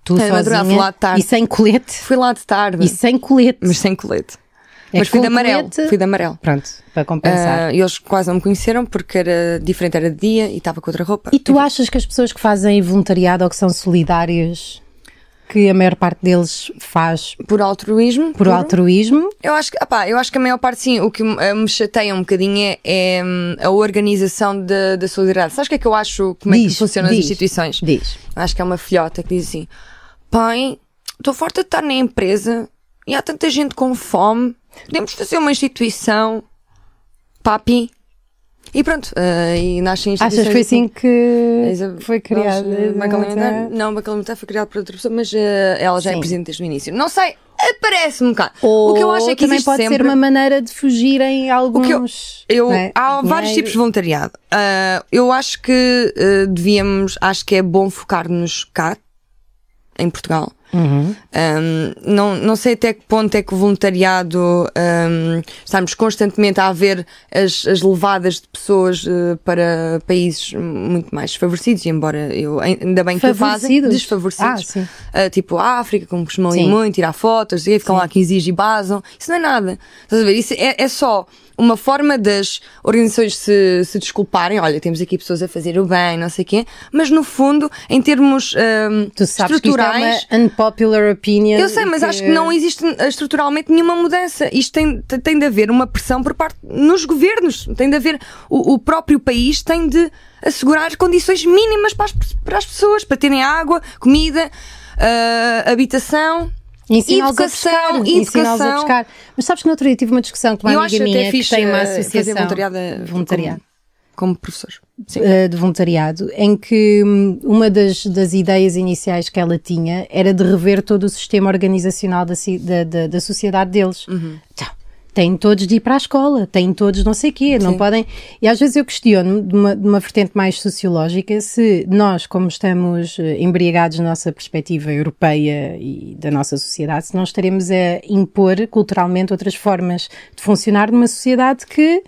[SPEAKER 1] tu
[SPEAKER 2] de madrugada,
[SPEAKER 1] sozinha
[SPEAKER 2] fui lá de tarde.
[SPEAKER 1] e sem colete,
[SPEAKER 2] Fui lá de tarde,
[SPEAKER 1] e sem colete.
[SPEAKER 2] mas sem colete.
[SPEAKER 1] É
[SPEAKER 2] mas fui
[SPEAKER 1] com
[SPEAKER 2] de amarelo.
[SPEAKER 1] colete-
[SPEAKER 2] Fui de amarelo.
[SPEAKER 1] Pronto, para compensar.
[SPEAKER 2] Ah, e eles quase não me conheceram porque era diferente, era de dia e estava com outra roupa.
[SPEAKER 1] E tu achas que as pessoas que fazem voluntariado ou que são solidárias, que a maior parte deles faz
[SPEAKER 2] Por altruísmo.
[SPEAKER 1] por altruísmo?
[SPEAKER 2] Eu acho, que, opá, eu acho que a maior parte, sim, o que eh, me chateia um bocadinho é, é, hum, a organização da, da solidariedade. Sabes o que é que eu acho? Como é que
[SPEAKER 1] Diz,
[SPEAKER 2] funcionam
[SPEAKER 1] diz,
[SPEAKER 2] as instituições?
[SPEAKER 1] Diz.
[SPEAKER 2] Eu Acho que é uma filhota que diz assim: Pai, estou farta de estar na empresa e há tanta gente com fome, podemos fazer uma instituição, papi. E pronto, eh, e nascem instituições.
[SPEAKER 1] Achas que foi assim que
[SPEAKER 2] Eis a-
[SPEAKER 1] foi criada?
[SPEAKER 2] Nós, eh, Banco Alimentar-
[SPEAKER 1] Exatamente.
[SPEAKER 2] Não, o Banco Alimentar foi criado por outra pessoa, mas eh, ela já é
[SPEAKER 1] Sim.
[SPEAKER 2] presente desde o início. Não sei, aparece-me cá.
[SPEAKER 1] Ou
[SPEAKER 2] o que eu acho é que
[SPEAKER 1] também
[SPEAKER 2] existe
[SPEAKER 1] pode ser
[SPEAKER 2] sempre-
[SPEAKER 1] uma maneira de fugirem alguns.
[SPEAKER 2] que eu- Eu,
[SPEAKER 1] não é?
[SPEAKER 2] Há vários
[SPEAKER 1] Dinheiro.
[SPEAKER 2] tipos de voluntariado. Ah, eu acho que ah, devíamos, acho que é bom focar-nos cá, em Portugal.
[SPEAKER 1] Uhum.
[SPEAKER 2] Ahm, não, não sei até que ponto é que o voluntariado ahm, estamos constantemente a ver as, as levadas de pessoas eh, para países muito mais favorecidos, e embora eu ainda bem que o fazem,
[SPEAKER 1] Favorecidos?
[SPEAKER 2] desfavorecidos.
[SPEAKER 1] Ah, sim.
[SPEAKER 2] Ah, tipo a África, como costumam ir
[SPEAKER 1] Sim.
[SPEAKER 2] muito, tirar fotos, e ficam lá 15 dias e basam. Isso não é nada. Estás a ver? Isso é, é só uma forma das organizações se, se desculparem. Olha, temos aqui pessoas a fazer o bem, não sei o quê. Mas no fundo, em termos ahm,
[SPEAKER 1] Tu sabes que isto
[SPEAKER 2] estruturais.
[SPEAKER 1] é uma unpopular opinion.
[SPEAKER 2] Eu sei, mas acho que
[SPEAKER 1] é
[SPEAKER 2] não existe eh, estruturalmente nenhuma mudança. Isto tem, te- tem de haver uma pressão por parte nos governos. Tem de haver o, o próprio país tem de assegurar condições mínimas para as, pe- para as pessoas, para terem água, comida, eh, habitação.
[SPEAKER 1] Ensiná-los a
[SPEAKER 2] Educação,
[SPEAKER 1] pescar. Ensiná-los a
[SPEAKER 2] educação.
[SPEAKER 1] pescar. Mas sabes que no outro dia tive uma discussão com uma
[SPEAKER 2] Eu acho
[SPEAKER 1] amiga
[SPEAKER 2] até
[SPEAKER 1] minha que
[SPEAKER 2] fixe,
[SPEAKER 1] tem uma
[SPEAKER 2] eh, fazer
[SPEAKER 1] associação
[SPEAKER 2] voluntariado, eh,
[SPEAKER 1] voluntariado,
[SPEAKER 2] Como professor. Sim.
[SPEAKER 1] eh, de voluntariado, em que hum, uma das, das ideias iniciais que ela tinha era de rever todo o sistema organizacional da, ci- da, da, da sociedade deles. Então, têm todos de ir para a escola, têm todos não sei quê, não podem. E às vezes eu questiono, de uma, de uma vertente mais sociológica, se nós, como estamos eh, embriagados na nossa perspectiva europeia e da nossa sociedade, se nós estaremos a impor culturalmente outras formas de funcionar numa sociedade que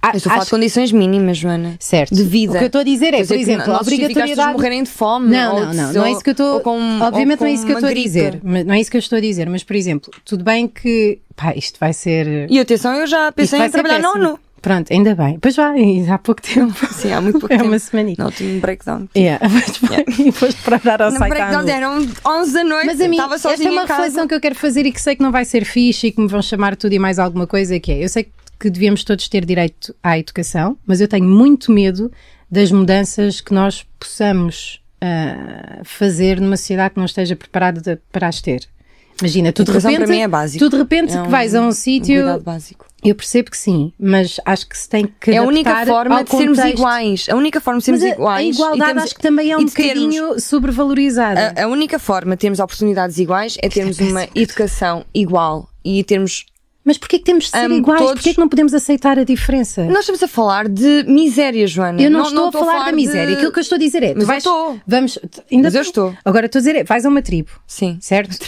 [SPEAKER 2] Ah, estou a falar de condições mínimas, Joana.
[SPEAKER 1] Certo.
[SPEAKER 2] De vida.
[SPEAKER 1] O que eu estou a dizer é, por
[SPEAKER 2] Quer dizer, que
[SPEAKER 1] exemplo,
[SPEAKER 2] não
[SPEAKER 1] a
[SPEAKER 2] justifica as pessoas
[SPEAKER 1] obrigatoriedade.
[SPEAKER 2] morrerem de fome.
[SPEAKER 1] Não,
[SPEAKER 2] ou
[SPEAKER 1] não,
[SPEAKER 2] de-
[SPEAKER 1] não. Não é isso que eu
[SPEAKER 2] ou
[SPEAKER 1] estou.
[SPEAKER 2] com- um- ou
[SPEAKER 1] Obviamente
[SPEAKER 2] com
[SPEAKER 1] não é isso que eu
[SPEAKER 2] uma
[SPEAKER 1] estou a
[SPEAKER 2] gripe.
[SPEAKER 1] dizer. Mas não é isso que eu estou a dizer. Mas, por exemplo, tudo bem que. Pá, isto vai ser.
[SPEAKER 2] E atenção, eu já
[SPEAKER 1] isto
[SPEAKER 2] pensei
[SPEAKER 1] vai
[SPEAKER 2] em
[SPEAKER 1] ser
[SPEAKER 2] trabalhar na
[SPEAKER 1] péssimo.
[SPEAKER 2] ONU.
[SPEAKER 1] Pronto, ainda bem. Pois vai, há pouco tempo.
[SPEAKER 2] Sim, há muito pouco
[SPEAKER 1] É
[SPEAKER 2] tempo.
[SPEAKER 1] uma semaninha.
[SPEAKER 2] Não, tive um breakdown.
[SPEAKER 1] Yeah, mas vai, e foste para dar ao
[SPEAKER 2] No
[SPEAKER 1] site à
[SPEAKER 2] breakdown
[SPEAKER 1] noite.
[SPEAKER 2] eram 11 da noite.
[SPEAKER 1] Mas a mim,
[SPEAKER 2] estava
[SPEAKER 1] esta é
[SPEAKER 2] sozinha
[SPEAKER 1] uma
[SPEAKER 2] em casa.
[SPEAKER 1] reflexão que eu quero fazer e que sei que não vai ser fixe e que me vão chamar tudo e mais alguma coisa, que é, eu sei que devíamos todos ter direito à educação, mas eu tenho muito medo das mudanças que nós possamos ah, fazer numa sociedade que não esteja preparada de- para as ter. Imagina, tu de
[SPEAKER 2] Educação
[SPEAKER 1] repente,
[SPEAKER 2] para mim é básico.
[SPEAKER 1] tu de repente
[SPEAKER 2] É
[SPEAKER 1] que vais a um sítio,
[SPEAKER 2] cuidado básico.
[SPEAKER 1] eu percebo que sim, mas acho que se tem que
[SPEAKER 2] É a única
[SPEAKER 1] adaptar
[SPEAKER 2] forma
[SPEAKER 1] ao
[SPEAKER 2] de sermos
[SPEAKER 1] contexto.
[SPEAKER 2] iguais. A única forma de sermos
[SPEAKER 1] Mas a, a
[SPEAKER 2] iguais. e
[SPEAKER 1] igualdade
[SPEAKER 2] termos-
[SPEAKER 1] acho que também é
[SPEAKER 2] e
[SPEAKER 1] um
[SPEAKER 2] de termos-
[SPEAKER 1] bocadinho sobrevalorizada.
[SPEAKER 2] A, a única forma de termos oportunidades iguais é termos uma educação igual e termos.
[SPEAKER 1] Mas porquê que temos de ser
[SPEAKER 2] Amo
[SPEAKER 1] iguais?
[SPEAKER 2] todos.
[SPEAKER 1] Porquê que não podemos aceitar a diferença?
[SPEAKER 2] Nós estamos a falar de miséria, Joana.
[SPEAKER 1] eu não, estou a falar da miséria. Aquilo que eu estou a dizer é... tu
[SPEAKER 2] Mas eu
[SPEAKER 1] vais,
[SPEAKER 2] estou.
[SPEAKER 1] Vamos, tu- ainda
[SPEAKER 2] Mas eu
[SPEAKER 1] tu-
[SPEAKER 2] estou.
[SPEAKER 1] Agora estou a dizer é, vais a uma tribo,
[SPEAKER 2] Sim.
[SPEAKER 1] certo?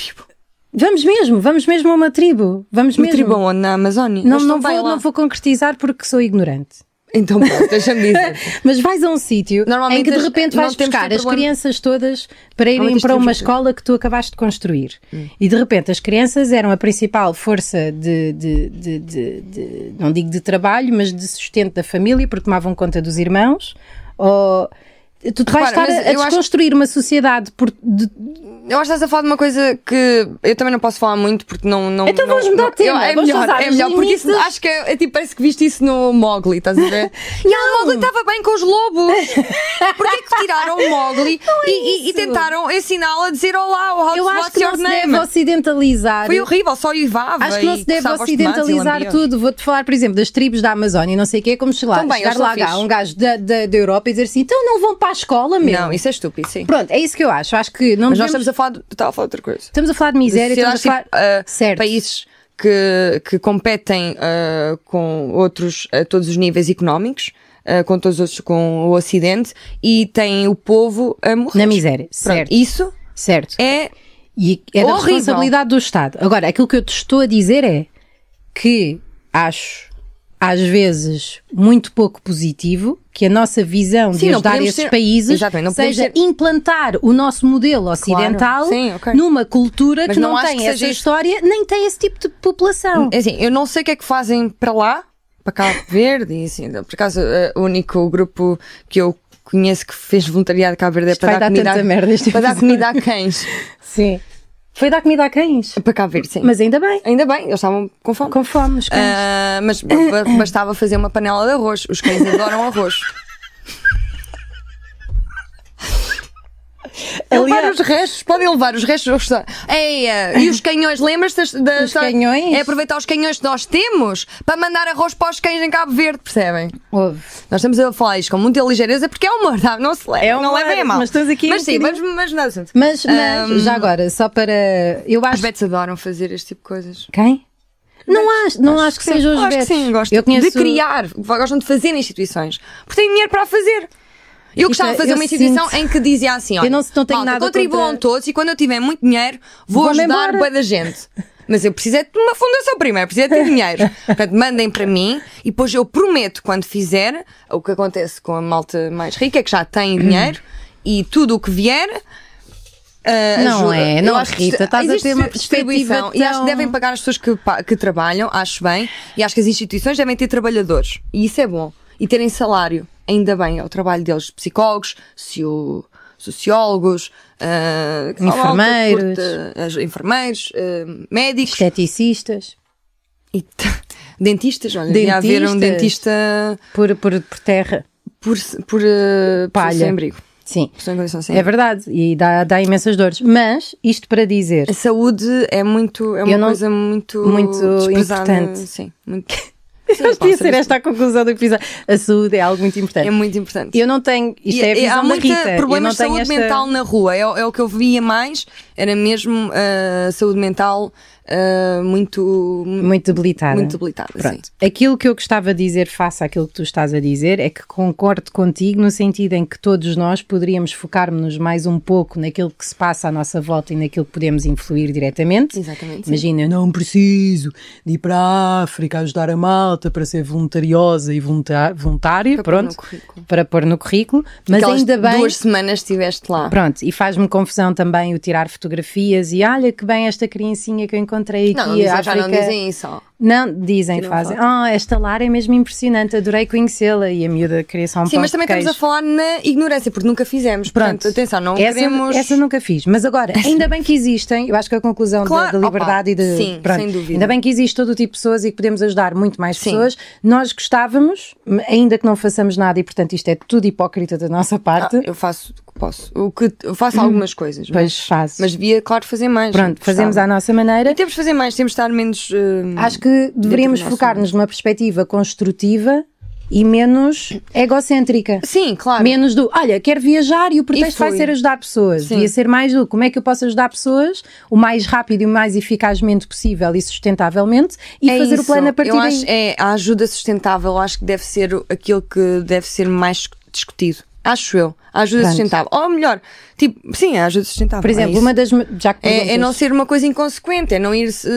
[SPEAKER 1] Vamos mesmo, vamos mesmo a uma tribo. Vamos
[SPEAKER 2] No
[SPEAKER 1] mesmo.
[SPEAKER 2] tribão onde? Na Amazónia?
[SPEAKER 1] Não,
[SPEAKER 2] Eles
[SPEAKER 1] não,
[SPEAKER 2] estão bem
[SPEAKER 1] vou,
[SPEAKER 2] então lá.
[SPEAKER 1] não vou concretizar porque sou ignorante.
[SPEAKER 2] Então, pronto, deixa-me dizer.
[SPEAKER 1] Mas vais a um sítio
[SPEAKER 2] Normalmente
[SPEAKER 1] em que de
[SPEAKER 2] as-
[SPEAKER 1] repente
[SPEAKER 2] não
[SPEAKER 1] vais
[SPEAKER 2] temos
[SPEAKER 1] buscar
[SPEAKER 2] sempre
[SPEAKER 1] as
[SPEAKER 2] problema.
[SPEAKER 1] crianças todas para irem
[SPEAKER 2] Normalmente Hum.
[SPEAKER 1] para
[SPEAKER 2] temos
[SPEAKER 1] uma
[SPEAKER 2] sempre-
[SPEAKER 1] escola que tu acabaste de construir. E de repente as crianças eram a principal força de, de- de- de- de- não digo de trabalho, mas de sustento da família, porque tomavam conta dos irmãos. Ou... Tu te vais
[SPEAKER 2] Repara,
[SPEAKER 1] estar
[SPEAKER 2] mas
[SPEAKER 1] a, a
[SPEAKER 2] eu acho-
[SPEAKER 1] desconstruir uma sociedade por. de-
[SPEAKER 2] Eu acho que estás a falar de uma coisa que eu também não posso falar muito porque não. não
[SPEAKER 1] Então
[SPEAKER 2] não,
[SPEAKER 1] vamos mudar
[SPEAKER 2] não-
[SPEAKER 1] de tema,
[SPEAKER 2] eu- É
[SPEAKER 1] vamos
[SPEAKER 2] melhor,
[SPEAKER 1] usar
[SPEAKER 2] é
[SPEAKER 1] os
[SPEAKER 2] melhor porque isso,
[SPEAKER 1] limites.
[SPEAKER 2] acho que é, é tipo, parece que viste isso no Mowgli, estás a ver? E ah, o Mowgli estava bem com os lobos. Porquê que tiraram o Mowgli e, e- e
[SPEAKER 1] é isso.
[SPEAKER 2] tentaram ensiná-lo a dizer olá, o how
[SPEAKER 1] Eu
[SPEAKER 2] to
[SPEAKER 1] acho
[SPEAKER 2] what's
[SPEAKER 1] que
[SPEAKER 2] your
[SPEAKER 1] não se
[SPEAKER 2] name?
[SPEAKER 1] deve ocidentalizar.
[SPEAKER 2] Foi horrível, só uivava.
[SPEAKER 1] Acho que não
[SPEAKER 2] e
[SPEAKER 1] se deve
[SPEAKER 2] coçava os tomates e
[SPEAKER 1] ocidentalizar
[SPEAKER 2] lambia-os.
[SPEAKER 1] tudo. Vou-te falar, por exemplo, das tribos da Amazónia e não sei o quê, como sei lá,
[SPEAKER 2] Também,
[SPEAKER 1] chegar
[SPEAKER 2] eles são
[SPEAKER 1] lá cá,
[SPEAKER 2] fixe.
[SPEAKER 1] um gajo da, da, da Europa e dizer assim, então não vão para a escola mesmo.
[SPEAKER 2] Não, isso é estúpido, sim.
[SPEAKER 1] Pronto, é isso que eu acho. Acho que não
[SPEAKER 2] Mas nós
[SPEAKER 1] devemos...
[SPEAKER 2] estamos a falar. de- Estava a falar de outra coisa.
[SPEAKER 1] estamos a falar de miséria,
[SPEAKER 2] Sei lá,
[SPEAKER 1] estamos a falar...
[SPEAKER 2] tipo, ah,
[SPEAKER 1] certo.
[SPEAKER 2] países que, que competem ah, com outros a todos os níveis económicos, ah, com todos os outros, com o Ocidente, e têm o povo a morrer.
[SPEAKER 1] Na miséria,
[SPEAKER 2] Pronto,
[SPEAKER 1] certo.
[SPEAKER 2] Isso
[SPEAKER 1] Certo.
[SPEAKER 2] é.
[SPEAKER 1] E é da
[SPEAKER 2] Horrível.
[SPEAKER 1] responsabilidade do Estado. Agora, aquilo que eu te estou a dizer é que acho, às vezes, muito pouco positivo que a nossa visão
[SPEAKER 2] Sim,
[SPEAKER 1] de
[SPEAKER 2] não
[SPEAKER 1] ajudar
[SPEAKER 2] podemos
[SPEAKER 1] esses
[SPEAKER 2] ser-
[SPEAKER 1] países
[SPEAKER 2] Exatamente, não podemos
[SPEAKER 1] seja
[SPEAKER 2] ser-
[SPEAKER 1] implantar o nosso modelo ocidental
[SPEAKER 2] sim, ok.
[SPEAKER 1] numa cultura
[SPEAKER 2] Mas
[SPEAKER 1] que
[SPEAKER 2] não
[SPEAKER 1] não,
[SPEAKER 2] acho
[SPEAKER 1] tem
[SPEAKER 2] que
[SPEAKER 1] essa
[SPEAKER 2] seja isso.
[SPEAKER 1] história nem tem esse tipo de população.
[SPEAKER 2] é Assim, eu não sei o que é que fazem para lá, para Cabo Verde, e assim, por acaso, ah, o único grupo que eu conheço que fez voluntariado de Cabo Verde é
[SPEAKER 1] Isto
[SPEAKER 2] para
[SPEAKER 1] vai
[SPEAKER 2] dar
[SPEAKER 1] dar
[SPEAKER 2] comida.
[SPEAKER 1] tanta merda este
[SPEAKER 2] para dar
[SPEAKER 1] episódio.
[SPEAKER 2] comida a cães.
[SPEAKER 1] Sim. Foi dar comida a cães.
[SPEAKER 2] Para Cabo Verde, sim.
[SPEAKER 1] Mas ainda bem.
[SPEAKER 2] Ainda bem, eles estavam com fome.
[SPEAKER 1] Com fome, os cães.
[SPEAKER 2] Ah, mas ba- bastava fazer uma panela de arroz. Os cães adoram arroz. levar
[SPEAKER 1] Aliás-
[SPEAKER 2] os restos, podem levar os restos. ao restaurante. Ei, ah, e os canhões, lembras-te das, das-
[SPEAKER 1] Os canhões?
[SPEAKER 2] É aproveitar os canhões que nós temos para mandar arroz para os cães em Cabo Verde, percebem?
[SPEAKER 1] Houve.
[SPEAKER 2] Nós estamos a falar isto com muita ligeireza porque é humor, tá? não se leva,
[SPEAKER 1] É humor,
[SPEAKER 2] não levem a mal.
[SPEAKER 1] mas estamos aqui
[SPEAKER 2] Mas
[SPEAKER 1] um
[SPEAKER 2] sim,
[SPEAKER 1] bocadinho-
[SPEAKER 2] vamos, mas não assunto.
[SPEAKER 1] Mas, mas
[SPEAKER 2] Ahm,
[SPEAKER 1] já agora, só para. Eu
[SPEAKER 2] Os
[SPEAKER 1] acho
[SPEAKER 2] betos adoram fazer este tipo de coisas.
[SPEAKER 1] Quem? Não acho, não acho, que
[SPEAKER 2] Sim,
[SPEAKER 1] sejam os
[SPEAKER 2] acho
[SPEAKER 1] betos.
[SPEAKER 2] que sim, gostam
[SPEAKER 1] eu conheço...
[SPEAKER 2] de criar, gostam de fazer instituições, porque têm dinheiro para a fazer. Eu gostava de fazer
[SPEAKER 1] é- eu
[SPEAKER 2] uma instituição em que dizia assim: olha,
[SPEAKER 1] Eu não- não tenho
[SPEAKER 2] malta,
[SPEAKER 1] nada
[SPEAKER 2] contribuam
[SPEAKER 1] contra-
[SPEAKER 2] todos e quando eu tiver muito dinheiro vou
[SPEAKER 1] Vou-me
[SPEAKER 2] ajudar
[SPEAKER 1] embora.
[SPEAKER 2] bem da gente. Mas eu preciso é de uma fundação primeiro, preciso é de ter dinheiro. Portanto, mandem para mim e depois eu prometo, quando fizer, o que acontece com a malta mais rica é que já tem dinheiro e tudo o que vier. ah,
[SPEAKER 1] Não
[SPEAKER 2] ajuda.
[SPEAKER 1] é,
[SPEAKER 2] Eu
[SPEAKER 1] não,
[SPEAKER 2] acho que
[SPEAKER 1] Rita,
[SPEAKER 2] isto-
[SPEAKER 1] estás a
[SPEAKER 2] existe
[SPEAKER 1] ter uma
[SPEAKER 2] distribuição
[SPEAKER 1] perspectiva
[SPEAKER 2] E acho que
[SPEAKER 1] tão-
[SPEAKER 2] devem pagar as pessoas que, pa- que trabalham, acho bem, e acho que as instituições devem ter trabalhadores, e isso é bom, e terem salário, ainda bem, é o trabalho deles, psicólogos, socio- sociólogos, ah, que malta
[SPEAKER 1] Enfermeiros.
[SPEAKER 2] curta- as- enfermeiros, ah, médicos,
[SPEAKER 1] esteticistas
[SPEAKER 2] e t- dentistas, olha, devia haver um
[SPEAKER 1] Dentistas.
[SPEAKER 2] dentista
[SPEAKER 1] por, por, por terra.
[SPEAKER 2] por, se- por, ah, por
[SPEAKER 1] Palha.
[SPEAKER 2] sem abrigo,
[SPEAKER 1] Sim.
[SPEAKER 2] pessoa em condição sem
[SPEAKER 1] É verdade, e dá, dá imensas dores. Mas, isto para dizer,
[SPEAKER 2] A saúde é muito, é
[SPEAKER 1] Eu
[SPEAKER 2] uma
[SPEAKER 1] não-
[SPEAKER 2] coisa muito,
[SPEAKER 1] muito
[SPEAKER 2] desprezada.
[SPEAKER 1] importante.
[SPEAKER 2] Sim, muito. Sim,
[SPEAKER 1] eu podia
[SPEAKER 2] passa
[SPEAKER 1] ser
[SPEAKER 2] disso.
[SPEAKER 1] esta a conclusão do que fiz. A saúde é algo muito importante.
[SPEAKER 2] É muito importante.
[SPEAKER 1] Eu não tenho, isto
[SPEAKER 2] E-
[SPEAKER 1] é a
[SPEAKER 2] e
[SPEAKER 1] visão
[SPEAKER 2] há
[SPEAKER 1] da
[SPEAKER 2] muita
[SPEAKER 1] Rita. eu não
[SPEAKER 2] problemas de
[SPEAKER 1] tenho
[SPEAKER 2] saúde
[SPEAKER 1] esta...
[SPEAKER 2] mental na rua. É, o- é o que eu via mais, era mesmo ah, saúde mental uh, muito.
[SPEAKER 1] Muito debilitada.
[SPEAKER 2] Muito debilitada,
[SPEAKER 1] Pronto. Aquilo que eu gostava de dizer face àquilo que tu estás a dizer é que concordo contigo no sentido em que todos nós poderíamos focar-nos mais um pouco naquilo que se passa à nossa volta e naquilo que podemos influir diretamente.
[SPEAKER 2] Exatamente, sim.
[SPEAKER 1] Imagina, eu não preciso de ir para a África ajudar a malta para ser voluntariosa e volunta- voluntária,
[SPEAKER 2] Para pôr
[SPEAKER 1] pronto,
[SPEAKER 2] no currículo.
[SPEAKER 1] para pôr no currículo, mas
[SPEAKER 2] Aquelas
[SPEAKER 1] ainda bem...
[SPEAKER 2] Duas semanas estiveste lá.
[SPEAKER 1] Pronto, e faz-me confusão também o tirar fotografias e olha que bem esta criancinha que eu encontrei aqui.
[SPEAKER 2] Não, não dizem,
[SPEAKER 1] a
[SPEAKER 2] já não
[SPEAKER 1] África."
[SPEAKER 2] dizem isso. ó.
[SPEAKER 1] Não, dizem,
[SPEAKER 2] Tiram
[SPEAKER 1] fazem.
[SPEAKER 2] foto.
[SPEAKER 1] Ah, esta Lara é mesmo impressionante, adorei conhecê-la e a miúda queria só um
[SPEAKER 2] Sim,
[SPEAKER 1] pão
[SPEAKER 2] mas
[SPEAKER 1] de
[SPEAKER 2] também
[SPEAKER 1] queijo.
[SPEAKER 2] estamos a falar na ignorância, porque nunca fizemos.
[SPEAKER 1] Pronto,
[SPEAKER 2] Portanto, atenção, não
[SPEAKER 1] essa,
[SPEAKER 2] queremos.
[SPEAKER 1] essa nunca fiz, mas agora, ainda bem que existem, eu acho que a conclusão da-
[SPEAKER 2] Claro,
[SPEAKER 1] da,
[SPEAKER 2] opa,
[SPEAKER 1] liberdade e da.
[SPEAKER 2] sim,
[SPEAKER 1] pronto,
[SPEAKER 2] sem dúvida.
[SPEAKER 1] Ainda bem que existe todo o tipo de pessoas e que podemos ajudar muito mais
[SPEAKER 2] Sim.
[SPEAKER 1] pessoas. Nós gostávamos, ainda que não façamos nada e, portanto, isto é tudo hipócrita da nossa
[SPEAKER 2] Ah,
[SPEAKER 1] parte. Uhum.
[SPEAKER 2] eu faço o que posso. O que, eu faço algumas coisas.
[SPEAKER 1] Pois
[SPEAKER 2] mas,
[SPEAKER 1] faço.
[SPEAKER 2] mas devia, claro, fazer mais.
[SPEAKER 1] Pronto, fazemos à
[SPEAKER 2] Gostava.
[SPEAKER 1] nossa maneira.
[SPEAKER 2] E temos de fazer mais, temos de estar menos. hum,
[SPEAKER 1] Acho que deveríamos
[SPEAKER 2] nosso
[SPEAKER 1] focar-nos numa perspectiva construtiva e menos egocêntrica.
[SPEAKER 2] Sim, claro.
[SPEAKER 1] Menos do, olha, quero viajar e o pretexto vai
[SPEAKER 2] fui.
[SPEAKER 1] ser ajudar pessoas.
[SPEAKER 2] Sim.
[SPEAKER 1] Devia ser mais do, como é que eu posso ajudar pessoas o mais rápido e o mais eficazmente possível e sustentavelmente e
[SPEAKER 2] É
[SPEAKER 1] fazer o
[SPEAKER 2] isso.
[SPEAKER 1] plano a partir
[SPEAKER 2] eu
[SPEAKER 1] daí.
[SPEAKER 2] acho, é, a ajuda sustentável acho que deve ser o- aquilo que deve ser mais discutido. Acho eu. A ajuda
[SPEAKER 1] Pronto.
[SPEAKER 2] sustentável. Ou melhor, tipo, sim, a ajuda sustentável.
[SPEAKER 1] Por exemplo,
[SPEAKER 2] é
[SPEAKER 1] uma
[SPEAKER 2] isso.
[SPEAKER 1] das... me- Já que
[SPEAKER 2] É, é não
[SPEAKER 1] perguntas-
[SPEAKER 2] ser uma coisa inconsequente, é não ir se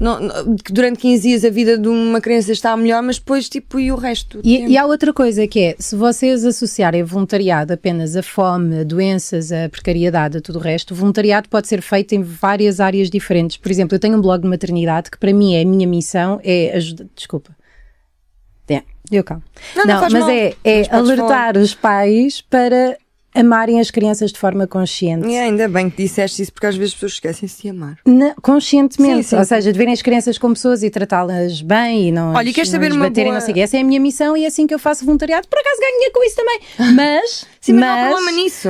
[SPEAKER 2] não- não- que durante 15 dias a vida de uma criança está melhor, mas depois tipo e o resto. do tempo?
[SPEAKER 1] E, e há outra coisa que é, se vocês associarem voluntariado apenas a fome, a doenças, a precariedade, a tudo o resto, o voluntariado pode ser feito em várias áreas diferentes. Por exemplo, eu tenho um blog de maternidade que para mim é a minha missão, é ajudar... Desculpa. É, eu calmo.
[SPEAKER 2] Não, não faz
[SPEAKER 1] mas
[SPEAKER 2] mal.
[SPEAKER 1] é, é
[SPEAKER 2] Mas podes
[SPEAKER 1] alertar os pais para amarem as crianças de forma consciente.
[SPEAKER 2] E ainda bem que disseste isso, porque às vezes as pessoas esquecem-se de amar.
[SPEAKER 1] Na- conscientemente,
[SPEAKER 2] Sim, sim,
[SPEAKER 1] ou
[SPEAKER 2] sim.
[SPEAKER 1] seja, de verem as crianças como pessoas e tratá-las bem e não
[SPEAKER 2] Olha,
[SPEAKER 1] as-
[SPEAKER 2] e queres
[SPEAKER 1] não
[SPEAKER 2] saber
[SPEAKER 1] as
[SPEAKER 2] uma
[SPEAKER 1] baterem,
[SPEAKER 2] boa-
[SPEAKER 1] não sei o quê. Essa é a minha missão e é assim que eu faço voluntariado. Por acaso ganho dinheiro com isso também. Mas,
[SPEAKER 2] Sim, mas, não há
[SPEAKER 1] mas, eh,
[SPEAKER 2] problema nisso.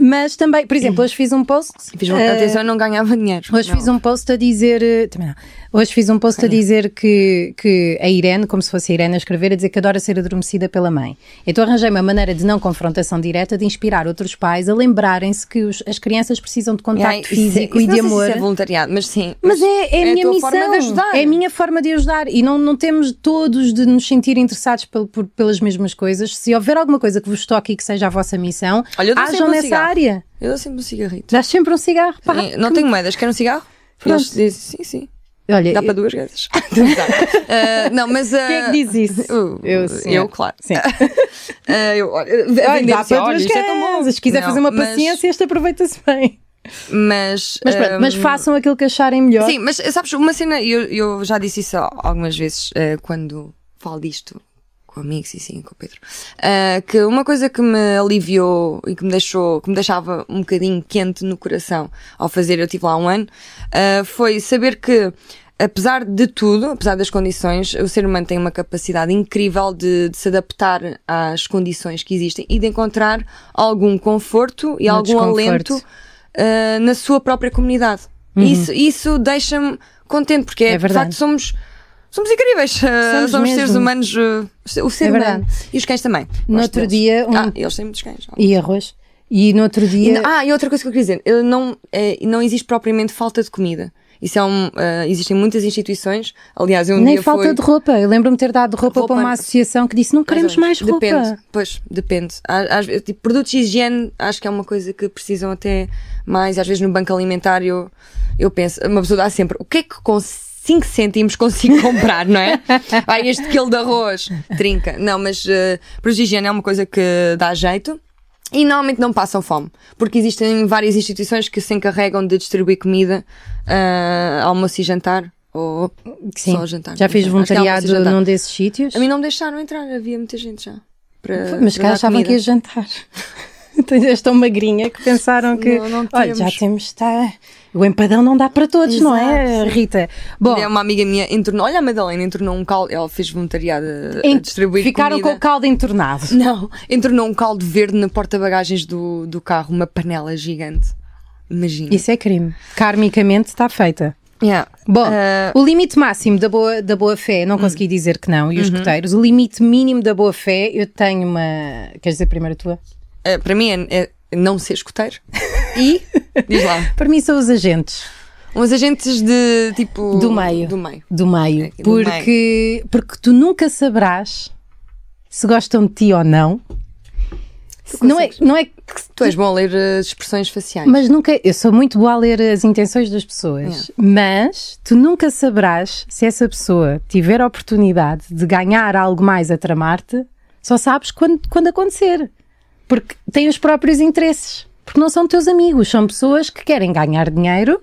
[SPEAKER 1] mas também, por exemplo, hoje fiz um post.
[SPEAKER 2] Fiz uma,
[SPEAKER 1] eh,
[SPEAKER 2] atenção, eu não ganhava dinheiro.
[SPEAKER 1] Hoje
[SPEAKER 2] Não.
[SPEAKER 1] fiz um post a dizer. eh, Também não. Hoje fiz um post a dizer que, que a Irene, como se fosse a Irene a escrever, a dizer que adora ser adormecida pela mãe. Então arranjei uma maneira de não confrontação direta de inspirar outros pais a lembrarem-se que os- as crianças precisam de contacto
[SPEAKER 2] Ai, isso é-
[SPEAKER 1] físico
[SPEAKER 2] isso
[SPEAKER 1] e de
[SPEAKER 2] não sei se
[SPEAKER 1] amor.
[SPEAKER 2] Isso é voluntariado, mas sim.
[SPEAKER 1] Mas é, é a minha
[SPEAKER 2] tua
[SPEAKER 1] missão.
[SPEAKER 2] forma de ajudar.
[SPEAKER 1] É a minha forma de ajudar. E não, não temos todos de nos sentir interessados pel- por- pelas mesmas coisas. Se houver alguma coisa que vos toque e que seja a vossa missão,
[SPEAKER 2] Olha, eu dou sempre
[SPEAKER 1] hajam
[SPEAKER 2] um
[SPEAKER 1] nessa
[SPEAKER 2] cigarro.
[SPEAKER 1] área.
[SPEAKER 2] Eu dou sempre um cigarrito.
[SPEAKER 1] Dás sempre um cigarro. Pá,
[SPEAKER 2] Sim, não
[SPEAKER 1] que-
[SPEAKER 2] tenho moedas, quer um cigarro?
[SPEAKER 1] Pronto.
[SPEAKER 2] Eles dizem, sim, sim.
[SPEAKER 1] Olha,
[SPEAKER 2] Dá para
[SPEAKER 1] eu-
[SPEAKER 2] duas gatas. Ah, não, mas. ah,
[SPEAKER 1] quem é que diz isso?
[SPEAKER 2] Eu, eu,
[SPEAKER 1] senhor.
[SPEAKER 2] claro.
[SPEAKER 1] Sim.
[SPEAKER 2] Ah, eu, olha,
[SPEAKER 1] Olha,
[SPEAKER 2] vender
[SPEAKER 1] dá
[SPEAKER 2] assim,
[SPEAKER 1] para
[SPEAKER 2] olha,
[SPEAKER 1] duas
[SPEAKER 2] isto é tão bom.
[SPEAKER 1] casas. Se quiser
[SPEAKER 2] Não,
[SPEAKER 1] fazer uma
[SPEAKER 2] mas-
[SPEAKER 1] paciência, este aproveita-se bem.
[SPEAKER 2] Mas,
[SPEAKER 1] Mas pronto,
[SPEAKER 2] ah,
[SPEAKER 1] mas façam aquilo que acharem melhor.
[SPEAKER 2] Sim, mas sabes, uma cena, eu, eu já disse isso algumas vezes eh, quando falo disto com amigos e sim, com o Pedro, eh, que uma coisa que me aliviou e que me deixou, que me deixava um bocadinho quente no coração ao fazer, eu tive lá um ano, eh, foi saber que Apesar de tudo, apesar das condições, o ser humano tem uma capacidade incrível de, de se adaptar às condições que existem e de encontrar algum conforto e
[SPEAKER 1] No
[SPEAKER 2] algum
[SPEAKER 1] desconforto.
[SPEAKER 2] alento uh, na sua própria comunidade. Isso, isso deixa-me contente, porque
[SPEAKER 1] Uhum. É
[SPEAKER 2] de
[SPEAKER 1] verdade.
[SPEAKER 2] facto somos, somos incríveis. uh,
[SPEAKER 1] Somos
[SPEAKER 2] somos seres
[SPEAKER 1] mesmo.
[SPEAKER 2] humanos. uh, o ser
[SPEAKER 1] É
[SPEAKER 2] humano.
[SPEAKER 1] verdade.
[SPEAKER 2] E os cães também. Gosto
[SPEAKER 1] No outro
[SPEAKER 2] deles.
[SPEAKER 1] dia, um-
[SPEAKER 2] Ah, eles têm muitos cães.
[SPEAKER 1] E arroz. E no outro dia.
[SPEAKER 2] Ah, e outra coisa que eu queria dizer. eu Não, eh, não existe propriamente falta de comida. Isso é um, eh, existem muitas instituições. Aliás, eu um
[SPEAKER 1] Nem
[SPEAKER 2] dia
[SPEAKER 1] falta
[SPEAKER 2] fui-
[SPEAKER 1] de roupa. Eu lembro-me de ter dado roupa,
[SPEAKER 2] Roupa-
[SPEAKER 1] para uma associação que disse: não
[SPEAKER 2] ou
[SPEAKER 1] queremos mais
[SPEAKER 2] menos.
[SPEAKER 1] roupa.
[SPEAKER 2] Depende, pois, depende. Há- às vezes, tipo, produtos de higiene, acho que é uma coisa que precisam até mais. Às vezes no banco alimentar eu, eu penso, uma pessoa dá sempre, o que é que com 5 cêntimos consigo comprar, não é? Vai este quilo de arroz, trinca. Não, mas eh, produtos de higiene é uma coisa que dá jeito. E normalmente não passam fome, porque existem várias instituições que se encarregam de distribuir comida, ah, almoço e jantar, ou
[SPEAKER 1] Sim.
[SPEAKER 2] só jantar.
[SPEAKER 1] Já fiz
[SPEAKER 2] Acho que é almoço e
[SPEAKER 1] voluntariado
[SPEAKER 2] jantar.
[SPEAKER 1] num desses sítios.
[SPEAKER 2] A mim não me deixaram entrar, havia muita gente já. Para,
[SPEAKER 1] Mas
[SPEAKER 2] para
[SPEAKER 1] cá
[SPEAKER 2] dar
[SPEAKER 1] achavam que ia
[SPEAKER 2] comida.
[SPEAKER 1] jantar. Então, És tão magrinha que pensaram que.
[SPEAKER 2] Não, não
[SPEAKER 1] Olha, já
[SPEAKER 2] temos."
[SPEAKER 1] temos. Tá, o empadão não dá para todos, não é, Rita? Bom,
[SPEAKER 2] Olha, é Uma amiga minha entornou, olha a Madalena, entornou um caldo, ela fez voluntariado a,
[SPEAKER 1] em-
[SPEAKER 2] a distribuir
[SPEAKER 1] ficaram com o
[SPEAKER 2] comida.
[SPEAKER 1] caldo entornado.
[SPEAKER 2] Não, entornou um caldo verde na porta-bagagens do, do carro, uma panela gigante. Imagina.
[SPEAKER 1] Isso é crime. Karmicamente está feita.
[SPEAKER 2] Yeah.
[SPEAKER 1] Bom,
[SPEAKER 2] Ah, Hum.
[SPEAKER 1] o limite máximo da boa, da boa fé, não consegui dizer que não, e
[SPEAKER 2] Uhum.
[SPEAKER 1] os escuteiros, o limite mínimo da boa fé, eu tenho uma. Queres dizer primeiro a tua?
[SPEAKER 2] Eh, ah, para mim é, é não ser escuteiro. E, diz lá,
[SPEAKER 1] Para mim são os agentes.
[SPEAKER 2] Uns agentes de tipo.
[SPEAKER 1] Do meio.
[SPEAKER 2] Do meio.
[SPEAKER 1] Do meio.
[SPEAKER 2] É, Do
[SPEAKER 1] Porque, porque tu nunca saberás se gostam de ti ou não. Não é, não é que.
[SPEAKER 2] Tu és bom a ler as expressões faciais.
[SPEAKER 1] Mas nunca. Eu sou muito boa a ler as intenções das
[SPEAKER 2] É.
[SPEAKER 1] pessoas, mas tu nunca saberás se essa pessoa tiver a oportunidade de ganhar algo mais a tramar-te, só sabes quando, quando acontecer. Porque têm os próprios interesses. Porque não são teus amigos, são pessoas que querem ganhar dinheiro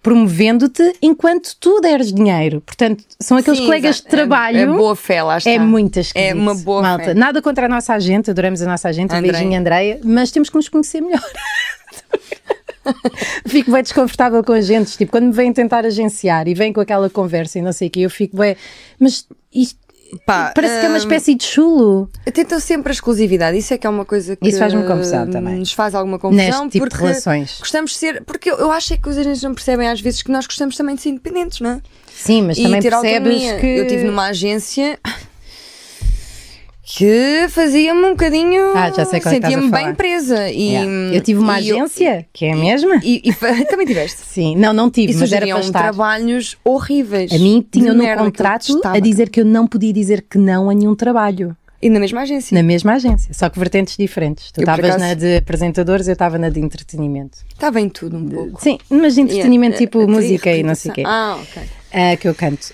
[SPEAKER 1] promovendo-te enquanto tu deres dinheiro. Portanto, são aqueles
[SPEAKER 2] Sim,
[SPEAKER 1] colegas de
[SPEAKER 2] exato. É-
[SPEAKER 1] trabalho.
[SPEAKER 2] É, boa fé, lá está.
[SPEAKER 1] É muito esquisito.
[SPEAKER 2] É uma boa
[SPEAKER 1] malta.
[SPEAKER 2] fé.
[SPEAKER 1] Nada contra a nossa agente, adoramos a nossa agente, um
[SPEAKER 2] Andreia.
[SPEAKER 1] beijinho Andreia, mas temos que nos conhecer melhor. fico bem desconfortável com agentes, tipo, quando me vêm tentar agenciar e vêm com aquela conversa e não sei o quê, eu fico bem, mas isto
[SPEAKER 2] Pá,
[SPEAKER 1] parece que é uma espécie de chulo.
[SPEAKER 2] Tentam sempre a exclusividade. Isso é que é uma coisa que.
[SPEAKER 1] Isso faz-me confusão também.
[SPEAKER 2] Nos faz alguma confusão.
[SPEAKER 1] Neste tipo de
[SPEAKER 2] porque
[SPEAKER 1] relações.
[SPEAKER 2] Gostamos de ser. Porque eu, eu acho é que os agentes não percebem às vezes que nós gostamos também de ser independentes, não é?
[SPEAKER 1] Sim, mas também
[SPEAKER 2] e ter
[SPEAKER 1] percebes
[SPEAKER 2] autonomia.
[SPEAKER 1] que
[SPEAKER 2] Eu estive numa agência que fazia-me um bocadinho.
[SPEAKER 1] Ah, já sei qual é que estás a
[SPEAKER 2] Sentia-me
[SPEAKER 1] falar.
[SPEAKER 2] bem presa. E, hum,
[SPEAKER 1] Yeah. Eu tive uma
[SPEAKER 2] e eu-
[SPEAKER 1] agência, que é a mesma?
[SPEAKER 2] E, e fa- também tiveste.
[SPEAKER 1] Sim, não, não tive,
[SPEAKER 2] E
[SPEAKER 1] mas era para
[SPEAKER 2] sugeriam
[SPEAKER 1] estar.
[SPEAKER 2] trabalhos horríveis.
[SPEAKER 1] A mim tinham
[SPEAKER 2] de
[SPEAKER 1] no
[SPEAKER 2] merda que eu
[SPEAKER 1] contrato
[SPEAKER 2] detestava.
[SPEAKER 1] a dizer que eu não podia dizer que não a nenhum trabalho.
[SPEAKER 2] E na mesma agência.
[SPEAKER 1] Na mesma agência, só que vertentes diferentes. Tu
[SPEAKER 2] Eu, por
[SPEAKER 1] estavas
[SPEAKER 2] acaso-
[SPEAKER 1] na de apresentadores, eu estava na de entretenimento.
[SPEAKER 2] Estava em tudo um pouco. É,
[SPEAKER 1] Sim, mas de entretenimento
[SPEAKER 2] Yeah.
[SPEAKER 1] tipo
[SPEAKER 2] Queria
[SPEAKER 1] música e não sei o quê,
[SPEAKER 2] representação. Ah, ok.
[SPEAKER 1] eh, que eu canto.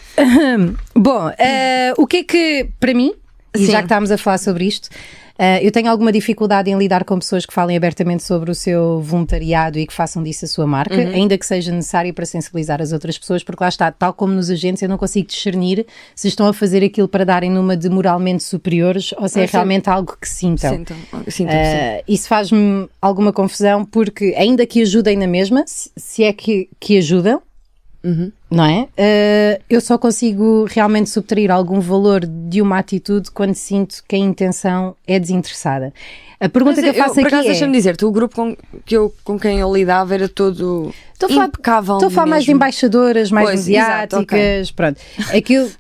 [SPEAKER 1] Bom, eh, o que é que, para mim, e
[SPEAKER 2] Sim.
[SPEAKER 1] já que estávamos a falar sobre isto, eh, eu tenho alguma dificuldade em lidar com pessoas que falem abertamente sobre o seu voluntariado e que façam disso a sua marca,
[SPEAKER 2] Uhum.
[SPEAKER 1] ainda que seja necessário para sensibilizar as outras pessoas, porque lá está, tal como nos agentes, eu não consigo discernir se estão a fazer aquilo para darem numa de moralmente superiores ou se é
[SPEAKER 2] Ah, sim.
[SPEAKER 1] realmente algo que sintam.
[SPEAKER 2] Sinto, sinto, sim.
[SPEAKER 1] Ah, isso faz-me alguma confusão porque ainda que ajudem na mesma, se, se é que, que ajudam, não é? Ah, eu só consigo realmente subtrair algum valor de uma atitude quando sinto que a intenção é desinteressada. A pergunta
[SPEAKER 2] Mas
[SPEAKER 1] que eu faço
[SPEAKER 2] por
[SPEAKER 1] aqui
[SPEAKER 2] acaso,
[SPEAKER 1] é...
[SPEAKER 2] deixa-me dizer, o grupo com, que eu, com quem eu lidava era todo
[SPEAKER 1] Estou a falar,
[SPEAKER 2] impecável.
[SPEAKER 1] estou a falar mais de
[SPEAKER 2] mesmo.
[SPEAKER 1] embaixadoras, mais
[SPEAKER 2] Pois, exato,
[SPEAKER 1] mediáticas, pronto. Aquilo.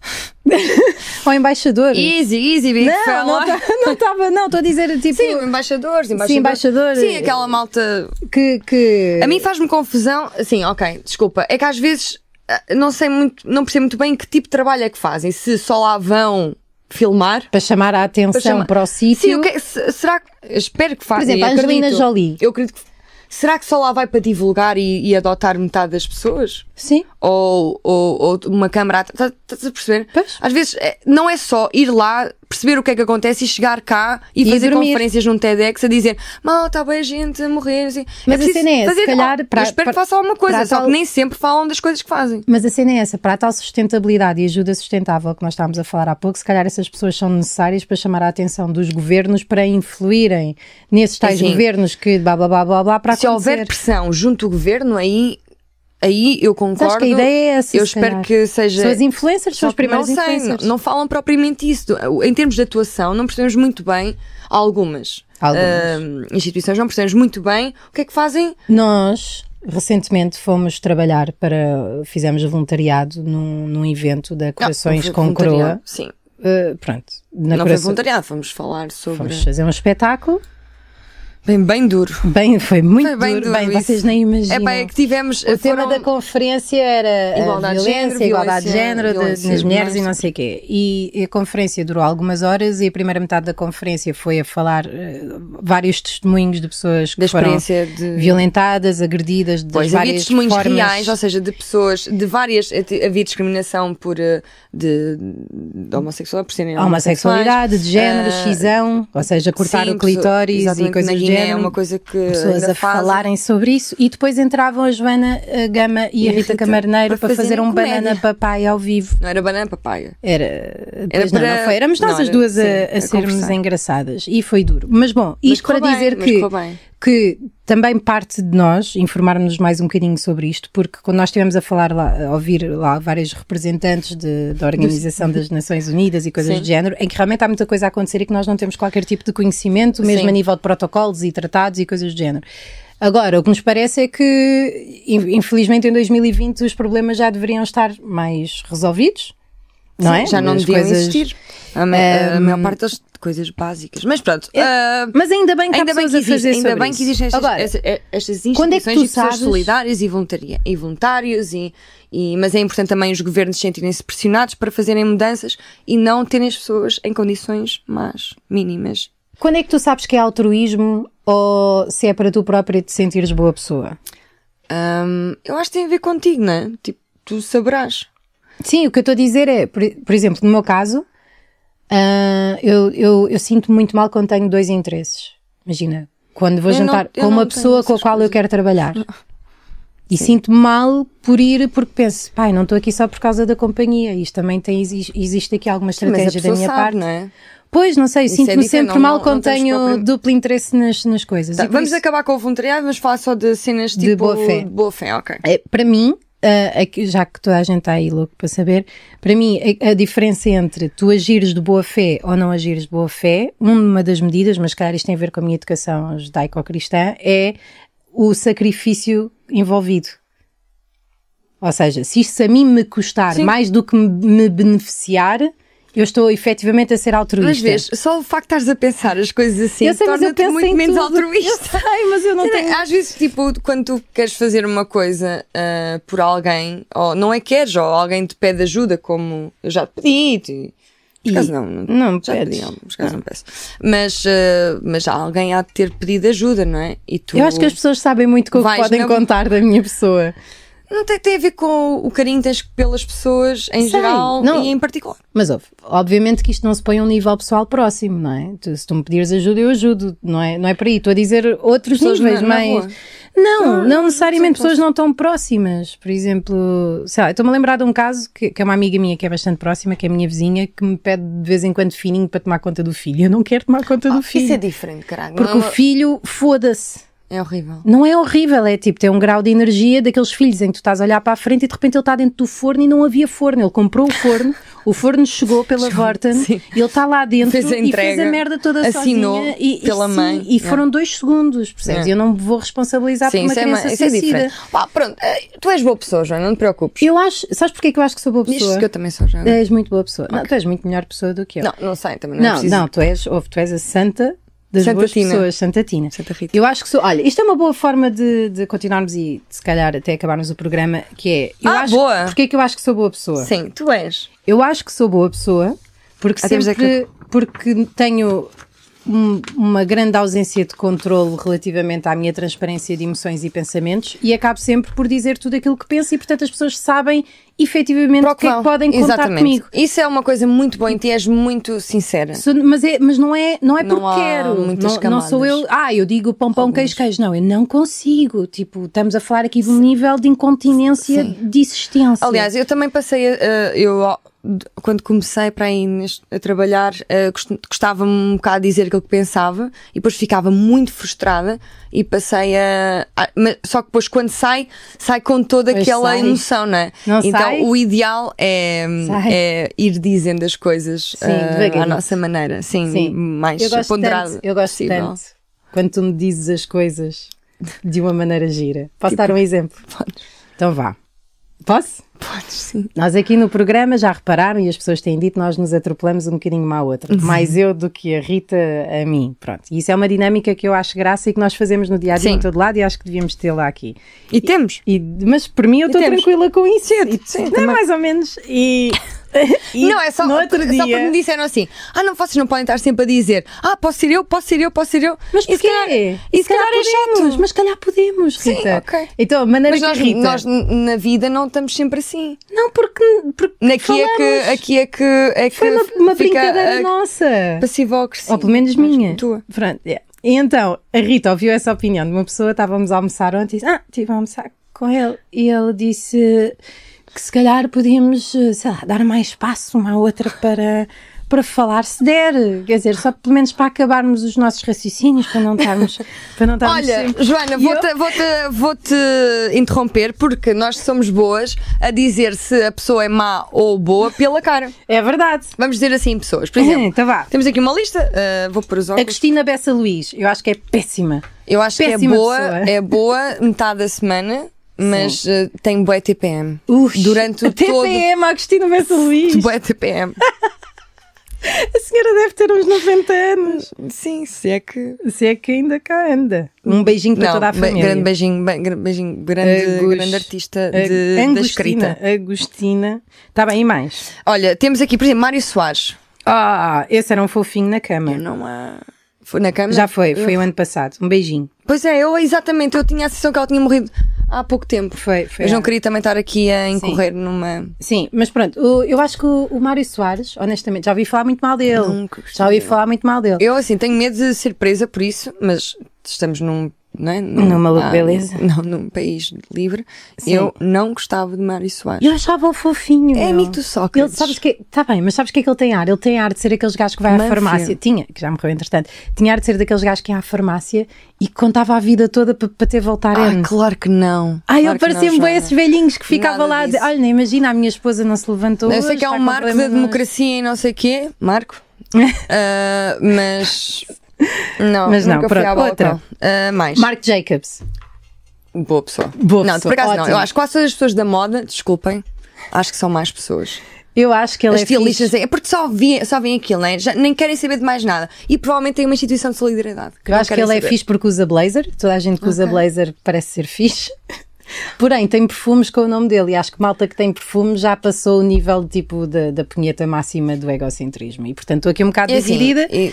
[SPEAKER 1] Ou embaixadores.
[SPEAKER 2] Easy, easy, big
[SPEAKER 1] Não,
[SPEAKER 2] fella.
[SPEAKER 1] não tá- não estava, não, estou a dizer tipo
[SPEAKER 2] Sim, embaixadores, embaixadores.
[SPEAKER 1] embaixadores. Eh,
[SPEAKER 2] Sim, aquela malta.
[SPEAKER 1] que. que...
[SPEAKER 2] A mim faz-me confusão. Sim, ok, desculpa. É que às vezes ah, não sei muito, não percebo muito bem que tipo de trabalho é que fazem. Se só lá vão filmar.
[SPEAKER 1] Para chamar a atenção
[SPEAKER 2] chamar-
[SPEAKER 1] para o
[SPEAKER 2] Sim,
[SPEAKER 1] sítio.
[SPEAKER 2] o que é- se- será que. Espero que
[SPEAKER 1] Por
[SPEAKER 2] façam.
[SPEAKER 1] exemplo, a
[SPEAKER 2] eu
[SPEAKER 1] Angelina
[SPEAKER 2] acredito.
[SPEAKER 1] Jolie.
[SPEAKER 2] Eu acredito que. Será que só lá vai para divulgar e, e adotar metade das pessoas?
[SPEAKER 1] Sim.
[SPEAKER 2] Ou, ou, ou uma câmara. at- tá- Estás a perceber?
[SPEAKER 1] Pois.
[SPEAKER 2] Às vezes é- não é só ir lá, perceber o que é que acontece e chegar cá e,
[SPEAKER 1] E
[SPEAKER 2] fazer
[SPEAKER 1] dormir.
[SPEAKER 2] conferências num TEDx a dizer mal, está bem a gente a morrer. Assim.
[SPEAKER 1] Mas a
[SPEAKER 2] preciso
[SPEAKER 1] cena é, se
[SPEAKER 2] fazer-
[SPEAKER 1] calhar,
[SPEAKER 2] Oh,
[SPEAKER 1] para-
[SPEAKER 2] eu espero
[SPEAKER 1] para-
[SPEAKER 2] que façam alguma coisa,
[SPEAKER 1] para
[SPEAKER 2] só
[SPEAKER 1] tal-
[SPEAKER 2] que nem sempre falam das coisas que fazem.
[SPEAKER 1] Mas a cena é essa, para a tal sustentabilidade e ajuda sustentável que nós estávamos a falar há pouco, se calhar essas pessoas são necessárias para chamar a atenção dos governos para influírem nesses tais
[SPEAKER 2] Sim.
[SPEAKER 1] governos que blá blá blá blá blá para
[SPEAKER 2] Se
[SPEAKER 1] acontecer.
[SPEAKER 2] houver pressão junto do governo, aí, aí eu concordo.
[SPEAKER 1] Sabes que a ideia é essa,
[SPEAKER 2] Eu
[SPEAKER 1] se
[SPEAKER 2] espero
[SPEAKER 1] calhar.
[SPEAKER 2] que seja.
[SPEAKER 1] São as influencers, são
[SPEAKER 2] Só
[SPEAKER 1] os
[SPEAKER 2] que
[SPEAKER 1] primeiros
[SPEAKER 2] não sei,
[SPEAKER 1] influencers.
[SPEAKER 2] Não, não falam propriamente isso. Em termos de atuação, não percebemos muito bem algumas.
[SPEAKER 1] Algumas.
[SPEAKER 2] ahm, instituições não percebemos muito bem o que é que fazem
[SPEAKER 1] Nós recentemente fomos trabalhar para fizemos voluntariado num, num evento da
[SPEAKER 2] Não,
[SPEAKER 1] Corações
[SPEAKER 2] foi
[SPEAKER 1] com
[SPEAKER 2] Ah, voluntariado.
[SPEAKER 1] Croa.
[SPEAKER 2] Sim,
[SPEAKER 1] Eh, pronto, na
[SPEAKER 2] não foi
[SPEAKER 1] Coração-
[SPEAKER 2] voluntariado, fomos falar sobre.
[SPEAKER 1] Fomos fazer um espetáculo.
[SPEAKER 2] Bem, bem duro.
[SPEAKER 1] Bem, foi muito
[SPEAKER 2] Foi bem
[SPEAKER 1] duro.
[SPEAKER 2] duro
[SPEAKER 1] Bem,
[SPEAKER 2] isso.
[SPEAKER 1] vocês nem imaginam.
[SPEAKER 2] É pá, é que tivemos.
[SPEAKER 1] O tema
[SPEAKER 2] foram-
[SPEAKER 1] da conferência era a
[SPEAKER 2] Igualdade de
[SPEAKER 1] violência,
[SPEAKER 2] género,
[SPEAKER 1] igualdade de
[SPEAKER 2] violência,
[SPEAKER 1] género de-
[SPEAKER 2] violência é?
[SPEAKER 1] nas mulheres
[SPEAKER 2] de
[SPEAKER 1] e
[SPEAKER 2] mulheres.
[SPEAKER 1] não sei o quê. E, e a conferência durou algumas horas e a primeira metade da conferência foi a falar eh, vários testemunhos de pessoas que
[SPEAKER 2] Da
[SPEAKER 1] foram
[SPEAKER 2] experiência de-
[SPEAKER 1] violentadas, agredidas, das
[SPEAKER 2] Pois, havia
[SPEAKER 1] várias
[SPEAKER 2] testemunhos
[SPEAKER 1] formas.
[SPEAKER 2] reais, ou seja, de pessoas, de várias, havia discriminação por, eh, de, de homossexual, por serem
[SPEAKER 1] Homossexualidade, de género,
[SPEAKER 2] ah,
[SPEAKER 1] cisão, ou seja, cortar
[SPEAKER 2] sim,
[SPEAKER 1] o clitóris e
[SPEAKER 2] exatamente,
[SPEAKER 1] coisas
[SPEAKER 2] na
[SPEAKER 1] do
[SPEAKER 2] Guiné
[SPEAKER 1] género.
[SPEAKER 2] é uma coisa que
[SPEAKER 1] pessoas
[SPEAKER 2] ainda
[SPEAKER 1] a
[SPEAKER 2] fazem.
[SPEAKER 1] falarem sobre isso e depois entravam a Joana eh, Gama e, a Rita, Camarneiro para, fazer
[SPEAKER 2] fazerem
[SPEAKER 1] um
[SPEAKER 2] comédia.
[SPEAKER 1] banana papai ao vivo.
[SPEAKER 2] Não era banana papaya.
[SPEAKER 1] Era, pois não,
[SPEAKER 2] para-
[SPEAKER 1] não foi. Éramos nós
[SPEAKER 2] não,
[SPEAKER 1] as
[SPEAKER 2] era-
[SPEAKER 1] duas a,
[SPEAKER 2] sim,
[SPEAKER 1] a
[SPEAKER 2] a
[SPEAKER 1] sermos
[SPEAKER 2] conversar.
[SPEAKER 1] engraçadas e foi duro. Mas bom,
[SPEAKER 2] Mas
[SPEAKER 1] isto para
[SPEAKER 2] correu bem,
[SPEAKER 1] dizer
[SPEAKER 2] mas
[SPEAKER 1] que,
[SPEAKER 2] correu bem.
[SPEAKER 1] que também parte de nós informarmos-nos mais um bocadinho sobre isto, porque quando nós estivemos a falar lá, a ouvir lá vários representantes de- da Organização das Nações Unidas e coisas
[SPEAKER 2] Uhum. Sim.
[SPEAKER 1] do género, em que realmente há muita coisa a acontecer e que nós não temos qualquer tipo de conhecimento, mesmo
[SPEAKER 2] Sim.
[SPEAKER 1] a nível de protocolos e tratados e coisas do género. Agora, o que nos parece é que, in- infelizmente, em 2020 os problemas já deveriam estar mais resolvidos, não
[SPEAKER 2] Sim,
[SPEAKER 1] é?
[SPEAKER 2] Já não
[SPEAKER 1] As
[SPEAKER 2] deviam
[SPEAKER 1] coisas- Ehm,
[SPEAKER 2] existir. A, ma- a maior parte deles de coisas básicas. Mas pronto.
[SPEAKER 1] É,
[SPEAKER 2] ah,
[SPEAKER 1] mas ainda bem que
[SPEAKER 2] ainda
[SPEAKER 1] há
[SPEAKER 2] bem
[SPEAKER 1] pessoas a
[SPEAKER 2] que, existe,
[SPEAKER 1] fazer
[SPEAKER 2] ainda
[SPEAKER 1] sobre
[SPEAKER 2] bem
[SPEAKER 1] isso.
[SPEAKER 2] que existem estas,
[SPEAKER 1] Agora,
[SPEAKER 2] essa- eh, estas
[SPEAKER 1] quando é
[SPEAKER 2] instituições
[SPEAKER 1] que tu
[SPEAKER 2] e pessoas
[SPEAKER 1] sabes-
[SPEAKER 2] solidárias e, voluntaria, e voluntários, e, e- mas é importante também os governos sentirem-se pressionados para fazerem mudanças e não terem as pessoas em condições mais mínimas.
[SPEAKER 1] quando é que tu sabes que é altruísmo ou se é para tu própria te sentires boa pessoa?
[SPEAKER 2] Ahm, eu acho que tem a ver contigo, não é? Tipo, tu saberás.
[SPEAKER 1] Sim, o que eu estou a dizer é, por, por exemplo, no meu caso, ah, eu, eu, eu sinto muito mal quando tenho dois interesses. Imagina, quando vou
[SPEAKER 2] Eu não-
[SPEAKER 1] jantar
[SPEAKER 2] eu
[SPEAKER 1] com
[SPEAKER 2] não
[SPEAKER 1] uma
[SPEAKER 2] tenho
[SPEAKER 1] pessoa com a
[SPEAKER 2] essas
[SPEAKER 1] qual eu
[SPEAKER 2] coisas.
[SPEAKER 1] quero trabalhar. E sinto mal por ir porque penso, pai, não estou aqui só por causa da companhia. Isto também tem, exi- existe aqui alguma
[SPEAKER 2] Mas a
[SPEAKER 1] estratégia da
[SPEAKER 2] pessoa
[SPEAKER 1] minha
[SPEAKER 2] sabe,
[SPEAKER 1] parte.
[SPEAKER 2] não é?
[SPEAKER 1] Pois, não sei,
[SPEAKER 2] é
[SPEAKER 1] sinto-me
[SPEAKER 2] diferente,
[SPEAKER 1] sempre
[SPEAKER 2] não-
[SPEAKER 1] mal
[SPEAKER 2] não-
[SPEAKER 1] quando
[SPEAKER 2] não temos
[SPEAKER 1] tenho
[SPEAKER 2] propriamente-
[SPEAKER 1] duplo interesse nas, nas coisas.
[SPEAKER 2] Tá,
[SPEAKER 1] E por
[SPEAKER 2] vamos
[SPEAKER 1] isso-
[SPEAKER 2] acabar com o voluntariado, vamos falar só de cenas tipo
[SPEAKER 1] De boa fé.
[SPEAKER 2] de boa fé, ok.
[SPEAKER 1] É, para mim, ah, aqui- já que toda a gente está aí louco para saber, para mim a, a diferença entre tu agires de boa fé ou não agires de boa fé, um, uma das medidas, mas claro, isto tem a ver com a minha educação judaico-cristã, é o sacrifício envolvido. Ou seja, se isto a mim me custar
[SPEAKER 2] Sim.
[SPEAKER 1] mais do que me, me beneficiar, eu estou efetivamente a ser altruísta.
[SPEAKER 2] Mas vês, só o facto de estares a pensar as coisas assim
[SPEAKER 1] eu sei, mas eu
[SPEAKER 2] torna-te
[SPEAKER 1] penso
[SPEAKER 2] muito
[SPEAKER 1] em
[SPEAKER 2] menos
[SPEAKER 1] tudo.
[SPEAKER 2] altruísta. é,
[SPEAKER 1] Eu sei, mas eu não tenho.
[SPEAKER 2] Às vezes, tipo, quando tu queres fazer uma coisa ah, por alguém, ou não é queres, ou alguém te pede ajuda, como eu já te pedi, te-
[SPEAKER 1] E-
[SPEAKER 2] por acaso não, não,
[SPEAKER 1] não me
[SPEAKER 2] já
[SPEAKER 1] pedes.
[SPEAKER 2] pedi, não, por acaso não peço. Mas, ah, mas já alguém há de ter pedido ajuda, não é? E tu
[SPEAKER 1] Eu acho que as pessoas sabem muito com o que
[SPEAKER 2] Vais
[SPEAKER 1] podem
[SPEAKER 2] na-
[SPEAKER 1] contar da minha pessoa.
[SPEAKER 2] não tem, tem a ver com o carinho que tens pelas pessoas em
[SPEAKER 1] Sei,
[SPEAKER 2] geral
[SPEAKER 1] não.
[SPEAKER 2] e em particular.
[SPEAKER 1] Mas ouve, obviamente que isto não se põe a um nível pessoal próximo, não é? Tu- se tu me pedires ajuda, eu ajudo, não é? Não é para aí. Estou a dizer outros
[SPEAKER 2] Pessoas
[SPEAKER 1] níveis,
[SPEAKER 2] na- Ah, na
[SPEAKER 1] mas.
[SPEAKER 2] rua.
[SPEAKER 1] não, não necessariamente pessoas não tão próximas. Por exemplo, sei lá, eu estou-me a lembrar de um caso que, que é uma amiga minha que é bastante próxima, que é a minha vizinha, que me pede de vez em quando fininho para tomar conta do filho. Eu não quero tomar conta do
[SPEAKER 2] Isso é
[SPEAKER 1] filho.
[SPEAKER 2] diferente, caralho.
[SPEAKER 1] Porque
[SPEAKER 2] não,
[SPEAKER 1] o filho, foda-se.
[SPEAKER 2] É horrível.
[SPEAKER 1] Não é horrível, é tipo, tem um grau de energia daqueles filhos em que tu estás a olhar para a frente e de repente ele está dentro do forno e não havia forno. Ele comprou o forno, o forno chegou pela Vorten,
[SPEAKER 2] sim.
[SPEAKER 1] ele está lá dentro
[SPEAKER 2] Fez a
[SPEAKER 1] e fez a
[SPEAKER 2] entrega,
[SPEAKER 1] merda toda
[SPEAKER 2] assinou
[SPEAKER 1] sozinha. E, e
[SPEAKER 2] pela
[SPEAKER 1] sim,
[SPEAKER 2] mãe,
[SPEAKER 1] E
[SPEAKER 2] yeah.
[SPEAKER 1] foram dois segundos, percebes?
[SPEAKER 2] Yeah.
[SPEAKER 1] Eu não me vou responsabilizar por uma
[SPEAKER 2] isso é,
[SPEAKER 1] criança
[SPEAKER 2] ma- isso é
[SPEAKER 1] suicida.
[SPEAKER 2] diferente. Pá, pronto, eh, tu és boa pessoa, Joana, não te preocupes.
[SPEAKER 1] eu acho, sabes porquê que eu acho que sou boa
[SPEAKER 2] Diz-te
[SPEAKER 1] pessoa? Eh,
[SPEAKER 2] que eu também sou Joana.
[SPEAKER 1] És muito boa pessoa. Não, tu és muito melhor pessoa do que eu.
[SPEAKER 2] Não, não sei, também não, é
[SPEAKER 1] Não,
[SPEAKER 2] preciso.
[SPEAKER 1] não, tu és, ouve, tu és a santa das
[SPEAKER 2] Santa
[SPEAKER 1] boas
[SPEAKER 2] Tina.
[SPEAKER 1] pessoas, Santa Tina.
[SPEAKER 2] Santa Rita.
[SPEAKER 1] Eu acho que sou. Olha, isto é uma boa forma de, de continuarmos e se calhar até acabarmos o programa, que é. Eu
[SPEAKER 2] Ah,
[SPEAKER 1] acho,
[SPEAKER 2] boa.
[SPEAKER 1] Porquê que eu acho que sou boa pessoa?
[SPEAKER 2] Sim, tu és.
[SPEAKER 1] Eu acho que sou boa pessoa porque
[SPEAKER 2] Ah, temos
[SPEAKER 1] sempre. Porque tenho um- uma grande ausência de controle relativamente à minha transparência de emoções e pensamentos e acabo sempre por dizer tudo aquilo que penso e, portanto, as pessoas sabem efetivamente o que é que
[SPEAKER 2] vão.
[SPEAKER 1] podem contar
[SPEAKER 2] Exatamente.
[SPEAKER 1] comigo.
[SPEAKER 2] Isso é uma coisa muito boa em ti, és muito sincera.
[SPEAKER 1] Sou- Mas, é, mas não é, não é
[SPEAKER 2] Não
[SPEAKER 1] porque
[SPEAKER 2] há
[SPEAKER 1] quero.
[SPEAKER 2] muitas
[SPEAKER 1] Não, não sou
[SPEAKER 2] camadas.
[SPEAKER 1] eu. Ah, eu digo pão, pão, queijo, queijo. Não, eu não consigo. Tipo, estamos a falar aqui de um nível de incontinência de existência.
[SPEAKER 2] Aliás, eu também passei, eh, eu ó, de- quando comecei para aí neste- a trabalhar, eh, gost- gostava-me um bocado de dizer aquilo que pensava e depois ficava muito frustrada e passei a. a- mas- só que depois quando sai, sai com toda
[SPEAKER 1] Pois
[SPEAKER 2] aquela
[SPEAKER 1] sai.
[SPEAKER 2] emoção, não é?
[SPEAKER 1] Não
[SPEAKER 2] então
[SPEAKER 1] sai?
[SPEAKER 2] o ideal é,
[SPEAKER 1] Sai.
[SPEAKER 2] é ir dizendo as coisas
[SPEAKER 1] Sim,
[SPEAKER 2] eh, à
[SPEAKER 1] devagarinho.
[SPEAKER 2] nossa maneira, sim,
[SPEAKER 1] Sim.
[SPEAKER 2] é mais
[SPEAKER 1] eu gosto
[SPEAKER 2] ponderado.
[SPEAKER 1] tanto, Eu gosto
[SPEAKER 2] possível.
[SPEAKER 1] tanto quando tu me dizes as coisas de uma maneira gira. Posso
[SPEAKER 2] Tipo.
[SPEAKER 1] dar um exemplo?
[SPEAKER 2] Podes,
[SPEAKER 1] Então vá. Posso?
[SPEAKER 2] podes, sim.
[SPEAKER 1] Nós aqui no programa já repararam e as pessoas têm dito nós nos atropelamos um bocadinho uma à outra. Mais eu do que a Rita a mim. Pronto. E isso é uma dinâmica que eu acho graça e que nós fazemos no dia a dia
[SPEAKER 2] Sim.
[SPEAKER 1] em todo lado e acho que devíamos tê-la aqui.
[SPEAKER 2] E temos.
[SPEAKER 1] E- mas por mim eu estou
[SPEAKER 2] temos-
[SPEAKER 1] tranquila com isso. E-
[SPEAKER 2] sim,
[SPEAKER 1] não, é
[SPEAKER 2] também.
[SPEAKER 1] mais ou menos. E, e
[SPEAKER 2] Não, é só,
[SPEAKER 1] no outro
[SPEAKER 2] só
[SPEAKER 1] dia.
[SPEAKER 2] porque me disseram assim: ah, não, vocês não podem estar sempre a dizer, ah, posso ser eu, posso ser eu, posso ser eu.
[SPEAKER 1] Mas
[SPEAKER 2] E se
[SPEAKER 1] porquê?
[SPEAKER 2] calhar-
[SPEAKER 1] E
[SPEAKER 2] E se calhar é
[SPEAKER 1] podemos,
[SPEAKER 2] chato.
[SPEAKER 1] Mas se calhar podemos, Rita.
[SPEAKER 2] ok.
[SPEAKER 1] Então, a maneira
[SPEAKER 2] Mas
[SPEAKER 1] que a
[SPEAKER 2] nós,
[SPEAKER 1] Rita...
[SPEAKER 2] nós n- na vida não estamos sempre assim.
[SPEAKER 1] Não, porque... porque
[SPEAKER 2] Aqui é que,
[SPEAKER 1] falamos.
[SPEAKER 2] aqui é que, é que
[SPEAKER 1] Foi uma, uma
[SPEAKER 2] fica
[SPEAKER 1] brincadeira nossa.
[SPEAKER 2] passivo agressivo.
[SPEAKER 1] Ou pelo menos minha.
[SPEAKER 2] Tua.
[SPEAKER 1] Pronto, é. E então, a Rita ouviu essa opinião de uma pessoa, estávamos a almoçar ontem e disse, ah, estive a almoçar com ele. E ele disse que se calhar podíamos, eh, sei lá, dar mais espaço uma à outra para, para falar, se der. Quer dizer, só pelo menos para acabarmos os nossos raciocínios, para não estarmos, para não estarmos
[SPEAKER 2] Olha,
[SPEAKER 1] sempre-
[SPEAKER 2] Joana,
[SPEAKER 1] E eu-
[SPEAKER 2] vou-te vou-te- vou-te interromper porque nós somos boas a dizer se a pessoa é má ou boa pela cara.
[SPEAKER 1] É verdade.
[SPEAKER 2] Vamos dizer assim, pessoas. Por exemplo,
[SPEAKER 1] Então vá.
[SPEAKER 2] temos aqui uma lista, ah, vou pôr os
[SPEAKER 1] A
[SPEAKER 2] óculos.
[SPEAKER 1] Cristina Bessa Luís, eu acho que é péssima.
[SPEAKER 2] Eu acho
[SPEAKER 1] Péssima
[SPEAKER 2] que é boa,
[SPEAKER 1] pessoa.
[SPEAKER 2] é boa metade da semana, mas eh, tem bué TPM.
[SPEAKER 1] Ux,
[SPEAKER 2] Durante o
[SPEAKER 1] a TPM, a Cristina Bessa Luís.
[SPEAKER 2] todo. Bué TPM.
[SPEAKER 1] senhora deve ter uns 90 anos.
[SPEAKER 2] Sim, se é que.
[SPEAKER 1] Se é que ainda cá anda. Um beijinho para
[SPEAKER 2] Não, um
[SPEAKER 1] toda a
[SPEAKER 2] be-
[SPEAKER 1] família.
[SPEAKER 2] Grande beijinho, be- grande beijinho, grande,
[SPEAKER 1] Agus-
[SPEAKER 2] grande artista
[SPEAKER 1] A-
[SPEAKER 2] de, da
[SPEAKER 1] Angostina.
[SPEAKER 2] escrita.
[SPEAKER 1] Agostina. Está bem, e mais?
[SPEAKER 2] Olha, temos aqui, por exemplo, Mário Soares.
[SPEAKER 1] Ah, esse era um fofinho na cama.
[SPEAKER 2] Eu não há. Foi na cama?
[SPEAKER 1] Já foi, foi o ano passado. Um beijinho.
[SPEAKER 2] Pois é, eu exatamente, eu tinha a sensação que ela tinha morrido há pouco tempo.
[SPEAKER 1] Foi, foi.
[SPEAKER 2] Mas não queria também estar aqui a incorrer numa.
[SPEAKER 1] Sim, mas pronto, o- eu acho que o, o Mário Soares, honestamente, já ouvi falar muito mal dele.
[SPEAKER 2] Nunca gostei
[SPEAKER 1] já ouvi
[SPEAKER 2] dele.
[SPEAKER 1] falar muito mal dele.
[SPEAKER 2] Eu assim tenho medo de surpresa por isso, mas estamos num. Não é? Num-
[SPEAKER 1] Numa
[SPEAKER 2] ah,
[SPEAKER 1] beleza.
[SPEAKER 2] Não, num país livre. Eu não gostava de Mário Soares.
[SPEAKER 1] Eu achava-o fofinho.
[SPEAKER 2] É
[SPEAKER 1] meu.
[SPEAKER 2] amigo do Sócrates.
[SPEAKER 1] Ele, sabes que, tá bem, mas sabes o que é que ele tem ar? Ele tem ar de ser aqueles gajos que vai
[SPEAKER 2] Mânfio.
[SPEAKER 1] à farmácia. Tinha, que já morreu entretanto. Tinha ar de ser daqueles gajos que ia à farmácia e que contava a vida toda para ter voltar
[SPEAKER 2] Ah, claro que não.
[SPEAKER 1] Ai, eu
[SPEAKER 2] claro que não,
[SPEAKER 1] parecia-me
[SPEAKER 2] Joana.
[SPEAKER 1] bem esses velhinhos que ficava
[SPEAKER 2] Nada
[SPEAKER 1] lá. De,
[SPEAKER 2] disso.
[SPEAKER 1] olha, imagina, a minha esposa não se levantou.
[SPEAKER 2] Eu sei
[SPEAKER 1] hoje,
[SPEAKER 2] que é
[SPEAKER 1] está
[SPEAKER 2] um
[SPEAKER 1] com
[SPEAKER 2] marco da
[SPEAKER 1] problemas.
[SPEAKER 2] democracia e não sei o quê. Marco. Ah, mas. Não,
[SPEAKER 1] Mas não,
[SPEAKER 2] nunca fui
[SPEAKER 1] pronto,
[SPEAKER 2] à bola
[SPEAKER 1] outra.
[SPEAKER 2] com ele. Ah, mais.
[SPEAKER 1] Mark Jacobs.
[SPEAKER 2] Boa pessoa.
[SPEAKER 1] Boa
[SPEAKER 2] não,
[SPEAKER 1] pessoa,
[SPEAKER 2] por acaso não.
[SPEAKER 1] ótimo.
[SPEAKER 2] Eu acho que quase todas as pessoas da moda, desculpem, acho que são mais pessoas.
[SPEAKER 1] Eu acho que ele
[SPEAKER 2] As
[SPEAKER 1] é fixe.
[SPEAKER 2] estilistas, é porque só veem só veem aquilo, né? Já nem querem saber de mais nada. E provavelmente tem uma instituição de solidariedade.
[SPEAKER 1] Eu
[SPEAKER 2] não
[SPEAKER 1] acho que
[SPEAKER 2] querem
[SPEAKER 1] ele é
[SPEAKER 2] saber.
[SPEAKER 1] fixe porque usa blazer. Toda a gente que usa
[SPEAKER 2] Ok.
[SPEAKER 1] blazer parece ser fixe. Porém, tem perfumes com o nome dele e acho que malta que tem perfume já passou o nível tipo da, da punheta máxima do egocentrismo. E portanto estou aqui um bocado
[SPEAKER 2] E assim,
[SPEAKER 1] dividida.
[SPEAKER 2] e-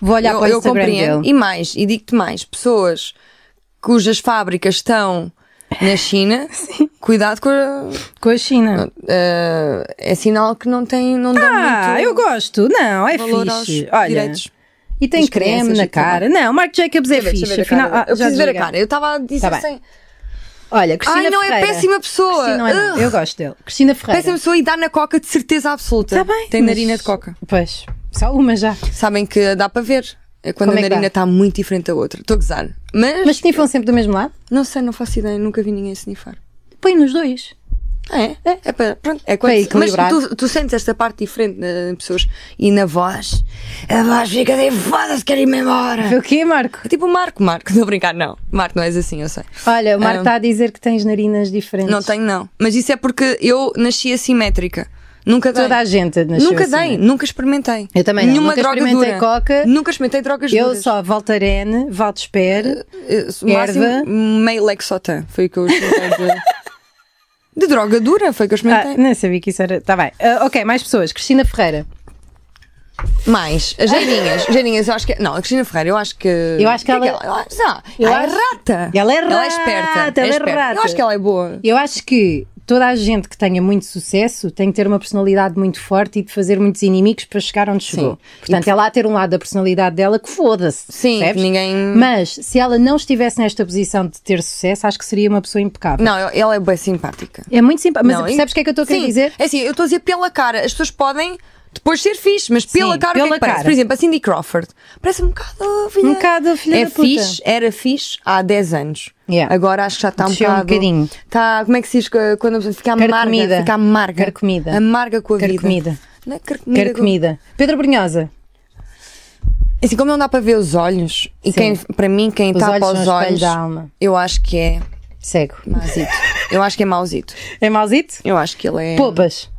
[SPEAKER 1] Vou olhar
[SPEAKER 2] eu,
[SPEAKER 1] para o
[SPEAKER 2] eu
[SPEAKER 1] Instagram
[SPEAKER 2] compreendo.
[SPEAKER 1] dele.
[SPEAKER 2] E mais, e digo-te mais, pessoas cujas fábricas estão na China, cuidado com a-
[SPEAKER 1] Com a China.
[SPEAKER 2] eh, é sinal que não tem, não dão
[SPEAKER 1] Ah,
[SPEAKER 2] muito
[SPEAKER 1] eu gosto. Não, é
[SPEAKER 2] valor aos
[SPEAKER 1] fixe. Olha, é
[SPEAKER 2] direitos.
[SPEAKER 1] e tem
[SPEAKER 2] das crianças
[SPEAKER 1] creme
[SPEAKER 2] e
[SPEAKER 1] na
[SPEAKER 2] tudo mais.
[SPEAKER 1] cara. Não, Mark Jacobs é
[SPEAKER 2] Deixa eu ver, deixa
[SPEAKER 1] fixe.
[SPEAKER 2] eu ver a
[SPEAKER 1] afinal,
[SPEAKER 2] cara
[SPEAKER 1] ah,
[SPEAKER 2] dele. eu
[SPEAKER 1] já
[SPEAKER 2] preciso ver a
[SPEAKER 1] desliguei.
[SPEAKER 2] cara. Eu estava a dizer
[SPEAKER 1] Tá bem.
[SPEAKER 2] assim.
[SPEAKER 1] Olha, Cristina
[SPEAKER 2] Ai, não, é
[SPEAKER 1] Ferreira.
[SPEAKER 2] péssima pessoa.
[SPEAKER 1] Cristina, não é nada.
[SPEAKER 2] Ugh.
[SPEAKER 1] Eu gosto dele. Cristina Ferreira.
[SPEAKER 2] Péssima pessoa e dá na coca de certeza absoluta.
[SPEAKER 1] Está Tá bem.
[SPEAKER 2] Tem
[SPEAKER 1] mas-
[SPEAKER 2] narina de coca.
[SPEAKER 1] Pois, só uma já.
[SPEAKER 2] Sabem que dá para ver. É quando
[SPEAKER 1] Como
[SPEAKER 2] a
[SPEAKER 1] é que
[SPEAKER 2] narina
[SPEAKER 1] dá?
[SPEAKER 2] está muito diferente da outra. Estou a gozar. Mas,
[SPEAKER 1] Mas snifam sempre do mesmo lado?
[SPEAKER 2] não sei, não faço ideia. Nunca vi ninguém snifar.
[SPEAKER 1] Põe nos dois.
[SPEAKER 2] Ah, é? É, é para. Pronto, é quando. mas
[SPEAKER 1] equilibrar.
[SPEAKER 2] tu, tu sentes esta parte diferente na- nas pessoas e na voz. A voz fica de foda-se, quero ir-me embora.
[SPEAKER 1] O quê, Marco?
[SPEAKER 2] É Tipo o Marco, Marco. Não brincar, não. Marco, não és assim, eu sei.
[SPEAKER 1] Olha, o Marco
[SPEAKER 2] Ah.
[SPEAKER 1] está a dizer que tens narinas diferentes.
[SPEAKER 2] Não tenho, não. Mas isso é porque eu nasci assimétrica. Nunca dei.
[SPEAKER 1] Toda a gente nasceu
[SPEAKER 2] Nunca
[SPEAKER 1] assim,
[SPEAKER 2] dei,
[SPEAKER 1] não é?
[SPEAKER 2] nunca experimentei.
[SPEAKER 1] Eu também não.
[SPEAKER 2] Nenhuma
[SPEAKER 1] Nunca
[SPEAKER 2] droga
[SPEAKER 1] experimentei
[SPEAKER 2] dura.
[SPEAKER 1] coca.
[SPEAKER 2] Nunca experimentei drogas
[SPEAKER 1] Eu
[SPEAKER 2] duras.
[SPEAKER 1] só Voltarene, Valtesper.
[SPEAKER 2] Eu, Eh, o
[SPEAKER 1] erva.
[SPEAKER 2] máximo, meio lexotan. Foi o que eu experimentei. de, de droga dura, foi o que eu
[SPEAKER 1] Ah,
[SPEAKER 2] experimentei.
[SPEAKER 1] não sabia que isso era. Está bem. Ah, ok, mais pessoas. Cristina Ferreira. Ah.
[SPEAKER 2] Mais, as geirinhas. geirinhas, eu acho que. é- Não, a Cristina Ferreira, eu acho que.
[SPEAKER 1] Eu acho que
[SPEAKER 2] o é
[SPEAKER 1] ela-
[SPEAKER 2] ela- Ah,
[SPEAKER 1] Eu
[SPEAKER 2] ela é
[SPEAKER 1] acho-
[SPEAKER 2] rata.
[SPEAKER 1] Ela é
[SPEAKER 2] Ela é
[SPEAKER 1] rata,
[SPEAKER 2] esperta.
[SPEAKER 1] ela é
[SPEAKER 2] esperta.
[SPEAKER 1] rata.
[SPEAKER 2] Eu acho que ela é boa.
[SPEAKER 1] Eu acho que toda a gente que tenha muito sucesso tem que ter uma personalidade muito forte e de fazer muitos inimigos para chegar onde chegou.
[SPEAKER 2] Sim.
[SPEAKER 1] Portanto, ela há de ter um lado da personalidade dela que foda-se.
[SPEAKER 2] Sim,
[SPEAKER 1] percebes?
[SPEAKER 2] que ninguém-
[SPEAKER 1] Mas se ela não estivesse nesta posição de ter sucesso, acho que seria uma pessoa impecável.
[SPEAKER 2] Não, eu- ela é bem simpática.
[SPEAKER 1] É muito simpático. Mas
[SPEAKER 2] Não,
[SPEAKER 1] percebes o que é que eu estou a querer
[SPEAKER 2] sim,
[SPEAKER 1] dizer?
[SPEAKER 2] É assim, eu estou a dizer pela cara. As pessoas podem depois ser fixe, mas pela
[SPEAKER 1] Sim,
[SPEAKER 2] cara o que
[SPEAKER 1] pela
[SPEAKER 2] é que parece?
[SPEAKER 1] cara.
[SPEAKER 2] Por exemplo, a Cindy Crawford. Parece um bocado filha.
[SPEAKER 1] Um bocado filha
[SPEAKER 2] é
[SPEAKER 1] da puta.
[SPEAKER 2] fixe, era fixe há 10 anos.
[SPEAKER 1] Yeah.
[SPEAKER 2] Agora acho que já está um
[SPEAKER 1] Desceu um
[SPEAKER 2] bocado.
[SPEAKER 1] bocadinho.
[SPEAKER 2] Está, como é que se diz que- quando a pessoa fica amarga?
[SPEAKER 1] Carcomida.
[SPEAKER 2] Fica amarga.
[SPEAKER 1] Carcomida.
[SPEAKER 2] Amarga com a
[SPEAKER 1] Carcomida.
[SPEAKER 2] vida. Não é carcomida.
[SPEAKER 1] Quero
[SPEAKER 2] com-
[SPEAKER 1] comida. Pedro Brunhosa.
[SPEAKER 2] Assim, como não dá para ver os olhos, e
[SPEAKER 1] Sim.
[SPEAKER 2] quem, para mim, quem
[SPEAKER 1] Os
[SPEAKER 2] tapa
[SPEAKER 1] olhos
[SPEAKER 2] os
[SPEAKER 1] são o espelho
[SPEAKER 2] olhos,
[SPEAKER 1] da alma.
[SPEAKER 2] eu acho que é
[SPEAKER 1] Cego.
[SPEAKER 2] mauzito. eu acho que é mauzito.
[SPEAKER 1] É mauzito?
[SPEAKER 2] Eu acho que ele é.
[SPEAKER 1] Poupas.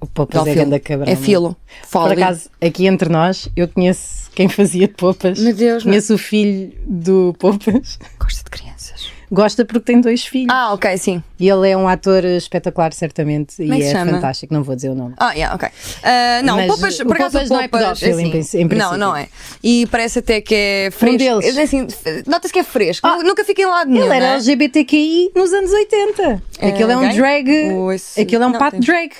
[SPEAKER 1] O Poupas é
[SPEAKER 2] Dá filo.
[SPEAKER 1] grande cabrão.
[SPEAKER 2] É
[SPEAKER 1] não
[SPEAKER 2] filo.
[SPEAKER 1] Por
[SPEAKER 2] Folly.
[SPEAKER 1] acaso, aqui entre nós, eu conheço quem fazia de Poupas.
[SPEAKER 2] Meu Deus, não. é?
[SPEAKER 1] Conheço o filho do Poupas.
[SPEAKER 2] Gosta de crianças.
[SPEAKER 1] Gosta porque tem dois filhos.
[SPEAKER 2] Ah, ok, sim.
[SPEAKER 1] E ele é um ator espetacular, certamente.
[SPEAKER 2] é
[SPEAKER 1] e
[SPEAKER 2] que
[SPEAKER 1] é
[SPEAKER 2] chama?
[SPEAKER 1] fantástico, não vou dizer o nome.
[SPEAKER 2] Ah, yeah, ok. Ah, não,
[SPEAKER 1] Mas
[SPEAKER 2] poupas,
[SPEAKER 1] o
[SPEAKER 2] por acaso assim,
[SPEAKER 1] Poupas não é pedófilo, em princ- em
[SPEAKER 2] Não,
[SPEAKER 1] princípio. Um
[SPEAKER 2] não é. E parece até que é fresco.
[SPEAKER 1] deles.
[SPEAKER 2] É assim, f- Nota-se que é fresco.
[SPEAKER 1] Ah,
[SPEAKER 2] Nu- Nunca fiquei lá de
[SPEAKER 1] Ele
[SPEAKER 2] nenhum.
[SPEAKER 1] era
[SPEAKER 2] né?
[SPEAKER 1] LGBTQI nos anos 80.
[SPEAKER 2] É,
[SPEAKER 1] Aquilo é um
[SPEAKER 2] gay?
[SPEAKER 1] drag.
[SPEAKER 2] Ou esse-
[SPEAKER 1] Aquilo é um
[SPEAKER 2] não,
[SPEAKER 1] pato
[SPEAKER 2] tem-
[SPEAKER 1] drag.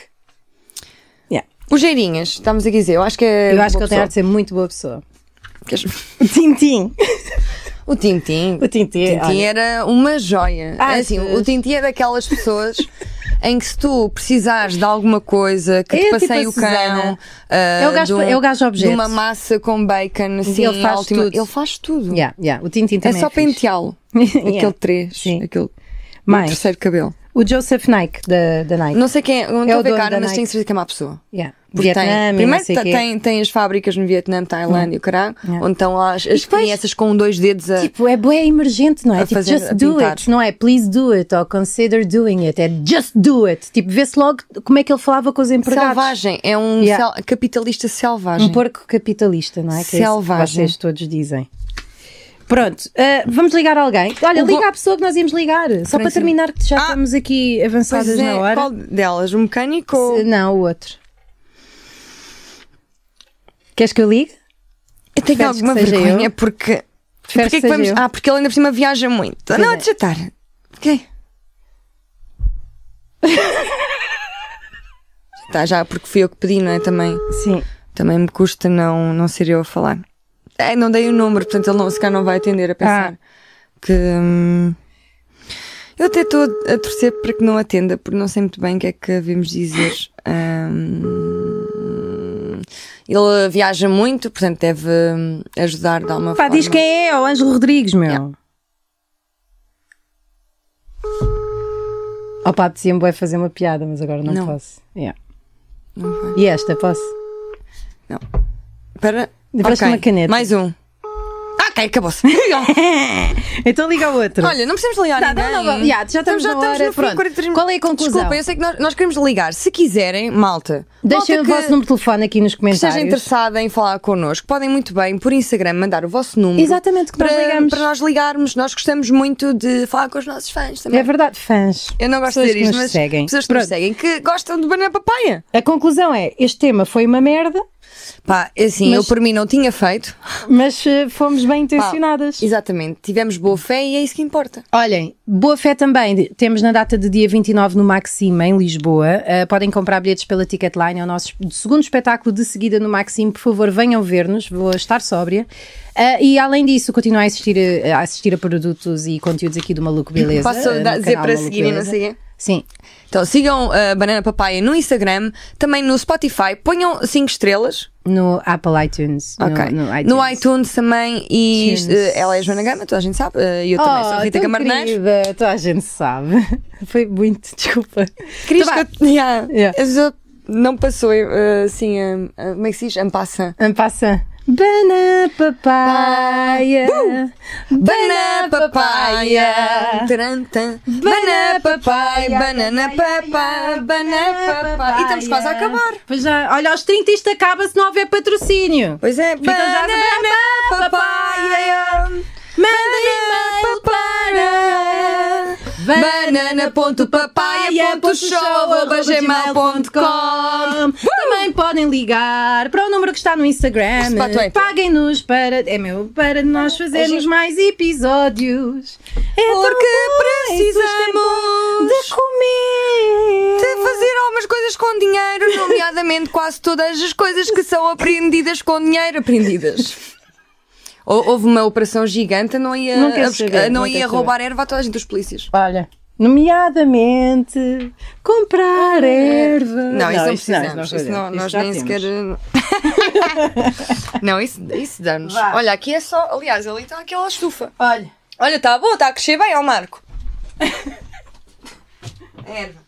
[SPEAKER 1] Yeah.
[SPEAKER 2] Os geirinhas, estamos a dizer. Eu acho que é.
[SPEAKER 1] Eu acho que
[SPEAKER 2] boa
[SPEAKER 1] ele tem
[SPEAKER 2] pessoa.
[SPEAKER 1] ar de ser muito boa pessoa.
[SPEAKER 2] Queres-
[SPEAKER 1] O Tintim.
[SPEAKER 2] O Tintim.
[SPEAKER 1] O Tintim,
[SPEAKER 2] Tintim
[SPEAKER 1] olha.
[SPEAKER 2] era uma joia.
[SPEAKER 1] Ah,
[SPEAKER 2] assim,
[SPEAKER 1] Jesus.
[SPEAKER 2] o Tintim é daquelas pessoas. Em que se tu precisares de alguma coisa que
[SPEAKER 1] É
[SPEAKER 2] te
[SPEAKER 1] tipo
[SPEAKER 2] passei
[SPEAKER 1] a
[SPEAKER 2] o cão,
[SPEAKER 1] Susana. É o
[SPEAKER 2] ah,
[SPEAKER 1] gajo-
[SPEAKER 2] de
[SPEAKER 1] é o gajo
[SPEAKER 2] de
[SPEAKER 1] objeto.
[SPEAKER 2] uma massa com bacon, assim,
[SPEAKER 1] ele faz
[SPEAKER 2] à última-
[SPEAKER 1] tudo.
[SPEAKER 2] Ele faz tudo.
[SPEAKER 1] Yeah, yeah. O Tintim
[SPEAKER 2] É
[SPEAKER 1] também
[SPEAKER 2] só
[SPEAKER 1] fixe.
[SPEAKER 2] penteá-lo.
[SPEAKER 1] Yeah.
[SPEAKER 2] Aquele três.
[SPEAKER 1] Sim.
[SPEAKER 2] Aquele
[SPEAKER 1] Mais.
[SPEAKER 2] terceiro cabelo.
[SPEAKER 1] O Joseph Nike, da, da Nike.
[SPEAKER 2] Não sei quem é, não estou a
[SPEAKER 1] o
[SPEAKER 2] ver
[SPEAKER 1] dono da
[SPEAKER 2] cara, mas
[SPEAKER 1] Nike.
[SPEAKER 2] tenho certeza que é má pessoa.
[SPEAKER 1] Yeah.
[SPEAKER 2] Porque
[SPEAKER 1] Vietnã,
[SPEAKER 2] tem,
[SPEAKER 1] e não
[SPEAKER 2] primeiro
[SPEAKER 1] sei
[SPEAKER 2] ta-
[SPEAKER 1] quê.
[SPEAKER 2] tem, tem as fábricas no Vietnã, Tailândia, o caralho,
[SPEAKER 1] Yeah.
[SPEAKER 2] onde estão lá as, as
[SPEAKER 1] depois-
[SPEAKER 2] crianças com dois dedos a.
[SPEAKER 1] Tipo, é bué emergente, não é?
[SPEAKER 2] a
[SPEAKER 1] Tipo,
[SPEAKER 2] fazer-
[SPEAKER 1] just
[SPEAKER 2] a
[SPEAKER 1] do
[SPEAKER 2] pintar.
[SPEAKER 1] it, não é? Please do it, ou consider doing it. É just do it. Tipo, vê-se logo como é que ele falava com os empregados.
[SPEAKER 2] selvagem, é um
[SPEAKER 1] Yeah.
[SPEAKER 2] sel- capitalista selvagem.
[SPEAKER 1] Um porco capitalista, não é? Que É isso
[SPEAKER 2] Selvagem.
[SPEAKER 1] que vocês todos dizem. Pronto, ah, vamos ligar alguém. Olha,
[SPEAKER 2] O
[SPEAKER 1] liga
[SPEAKER 2] go-
[SPEAKER 1] à pessoa que nós íamos ligar. Só para
[SPEAKER 2] Francisco.
[SPEAKER 1] terminar, que já
[SPEAKER 2] Ah!
[SPEAKER 1] estamos aqui
[SPEAKER 2] Pois
[SPEAKER 1] avançadas
[SPEAKER 2] é,
[SPEAKER 1] na hora.
[SPEAKER 2] Qual delas? O mecânico? ou-
[SPEAKER 1] Não, o outro. Queres que eu ligue?
[SPEAKER 2] Eu tenho
[SPEAKER 1] Preferes
[SPEAKER 2] alguma
[SPEAKER 1] que seja
[SPEAKER 2] vergonha
[SPEAKER 1] eu?
[SPEAKER 2] porque.
[SPEAKER 1] Preferes
[SPEAKER 2] Porque é
[SPEAKER 1] que
[SPEAKER 2] que vamos...
[SPEAKER 1] seja eu?
[SPEAKER 2] Ah, porque ele ainda por cima viaja muito. não,
[SPEAKER 1] é.
[SPEAKER 2] é de jantar. Ok. Tá, já, porque fui eu que pedi, não é? Também,
[SPEAKER 1] Sim.
[SPEAKER 2] também me custa não, não ser eu a falar. É, não dei o número, portanto ele não, se calhar não vai atender a pensar
[SPEAKER 1] Ah.
[SPEAKER 2] que. hum, eu até estou a torcer para que não atenda, porque não sei muito bem o que é que devemos dizer. Hum, ele viaja muito, portanto deve hum, ajudar de alguma
[SPEAKER 1] Pá,
[SPEAKER 2] forma.
[SPEAKER 1] diz quem é, o Ângelo Rodrigues, meu.
[SPEAKER 2] Yeah.
[SPEAKER 1] Oh pá, apetecia-me bué fazer uma piada, mas agora não,
[SPEAKER 2] Não.
[SPEAKER 1] posso. Yeah.
[SPEAKER 2] Não vai.
[SPEAKER 1] E esta, posso?
[SPEAKER 2] Espera.
[SPEAKER 1] Depois
[SPEAKER 2] Ok,
[SPEAKER 1] uma caneta.
[SPEAKER 2] Mais um. Ah, ok, acabou-se.
[SPEAKER 1] Então liga ao outro.
[SPEAKER 2] Olha, não precisamos ligar
[SPEAKER 1] Tá,
[SPEAKER 2] ninguém. Então
[SPEAKER 1] não, não, já, já estamos
[SPEAKER 2] já
[SPEAKER 1] na hora,
[SPEAKER 2] no fim,
[SPEAKER 1] pronto.
[SPEAKER 2] 43
[SPEAKER 1] Qual é a conclusão?
[SPEAKER 2] Desculpa, eu sei que nós, nós queremos ligar. Se quiserem, malta.
[SPEAKER 1] Deixem o
[SPEAKER 2] malta que-
[SPEAKER 1] vosso número de telefone aqui nos
[SPEAKER 2] que esteja
[SPEAKER 1] comentários.
[SPEAKER 2] interessada em falar connosco, podem muito bem, por Instagram, mandar o vosso número.
[SPEAKER 1] Exatamente, que nós
[SPEAKER 2] para,
[SPEAKER 1] ligamos.
[SPEAKER 2] para nós ligarmos. Nós gostamos muito de falar com os nossos fãs também.
[SPEAKER 1] É verdade, fãs.
[SPEAKER 2] Eu não gosto
[SPEAKER 1] pessoas que
[SPEAKER 2] de dizer isto,
[SPEAKER 1] nos
[SPEAKER 2] mas
[SPEAKER 1] seguem.
[SPEAKER 2] pessoas que nos
[SPEAKER 1] Pronto.
[SPEAKER 2] seguem que gostam de banana papaya.
[SPEAKER 1] A conclusão é: este tema foi uma merda,
[SPEAKER 2] Pá, assim,
[SPEAKER 1] Mas-
[SPEAKER 2] eu por mim não tinha feito.
[SPEAKER 1] mas eh, fomos bem
[SPEAKER 2] Pá,
[SPEAKER 1] intencionadas.
[SPEAKER 2] exatamente, tivemos boa fé e é isso que importa.
[SPEAKER 1] Olhem, boa fé também. de- Temos na data de dia 29 no Maxime, em Lisboa. Uh, podem comprar bilhetes pela Ticketline. É o nosso es- segundo espetáculo de seguida no Maxime. Por favor, venham ver-nos. Vou estar sóbria. Uh, e além disso, continuem a assistir, eh, a- a assistir a produtos e conteúdos aqui do Maluco Beleza.
[SPEAKER 2] Posso
[SPEAKER 1] uh, no
[SPEAKER 2] dar- dizer
[SPEAKER 1] canal
[SPEAKER 2] para
[SPEAKER 1] Maluco
[SPEAKER 2] seguirem, não
[SPEAKER 1] Beleza.
[SPEAKER 2] sei quê?
[SPEAKER 1] Sim.
[SPEAKER 2] Então sigam a Banana Papaya no Instagram, também no Spotify, ponham 5 estrelas
[SPEAKER 1] No Apple iTunes. no-
[SPEAKER 2] ok.
[SPEAKER 1] No, iTunes.
[SPEAKER 2] também. E
[SPEAKER 1] iTunes.
[SPEAKER 2] eh, ela é a Joana Gama, toda a gente sabe. eh, E eu também sou a
[SPEAKER 1] Oh,
[SPEAKER 2] Rita
[SPEAKER 1] tão
[SPEAKER 2] Camarneiro.
[SPEAKER 1] querida. Toda a gente sabe. Foi muito, desculpa.
[SPEAKER 2] Querias
[SPEAKER 1] Tá
[SPEAKER 2] que eu. Yeah.
[SPEAKER 1] Yeah.
[SPEAKER 2] Mas eu- Não passou eh, assim, eh, eh, como é que se diz? Ampassa.
[SPEAKER 1] Um passa. Banana papaya.
[SPEAKER 2] Banana papaya. Taran, tan. Banana papaya, banana papaya, banana papaya. E estamos quase a acabar.
[SPEAKER 1] Pois já. Olha, aos 30 isto acaba se não houver patrocínio.
[SPEAKER 2] Pois é,
[SPEAKER 1] Fica já-
[SPEAKER 2] banana papaya.
[SPEAKER 1] Manda
[SPEAKER 2] Banana papaya.
[SPEAKER 1] banana.papaya.show.gmail.com Também podem ligar para o número que está no Instagram.
[SPEAKER 2] Spot Twitter.
[SPEAKER 1] Paguem-nos para, é meu, para nós fazermos mais episódios. É
[SPEAKER 2] é Porque
[SPEAKER 1] tão bom em
[SPEAKER 2] precisamos
[SPEAKER 1] de comer.
[SPEAKER 2] de fazer algumas coisas com dinheiro, nomeadamente quase todas as coisas que são aprendidas com dinheiro aprendidas. Hou- Houve uma operação gigante, eu não ia,
[SPEAKER 1] Não quero
[SPEAKER 2] a busca-
[SPEAKER 1] saber,
[SPEAKER 2] não
[SPEAKER 1] não
[SPEAKER 2] ia
[SPEAKER 1] quero
[SPEAKER 2] roubar erva a toda a gente dos polícias.
[SPEAKER 1] Olha, nomeadamente comprar erva.
[SPEAKER 2] Não, isso não precisamos.
[SPEAKER 1] isso
[SPEAKER 2] isso não-
[SPEAKER 1] fazemos.
[SPEAKER 2] nós
[SPEAKER 1] Isso já
[SPEAKER 2] nem
[SPEAKER 1] temos.
[SPEAKER 2] sequer. não, isso, isso dá-nos.
[SPEAKER 1] Vá.
[SPEAKER 2] Olha, aqui é só. Aliás, ali está aquela estufa.
[SPEAKER 1] Olha.
[SPEAKER 2] Olha, está boa, está a crescer bem, ó Marco. erva.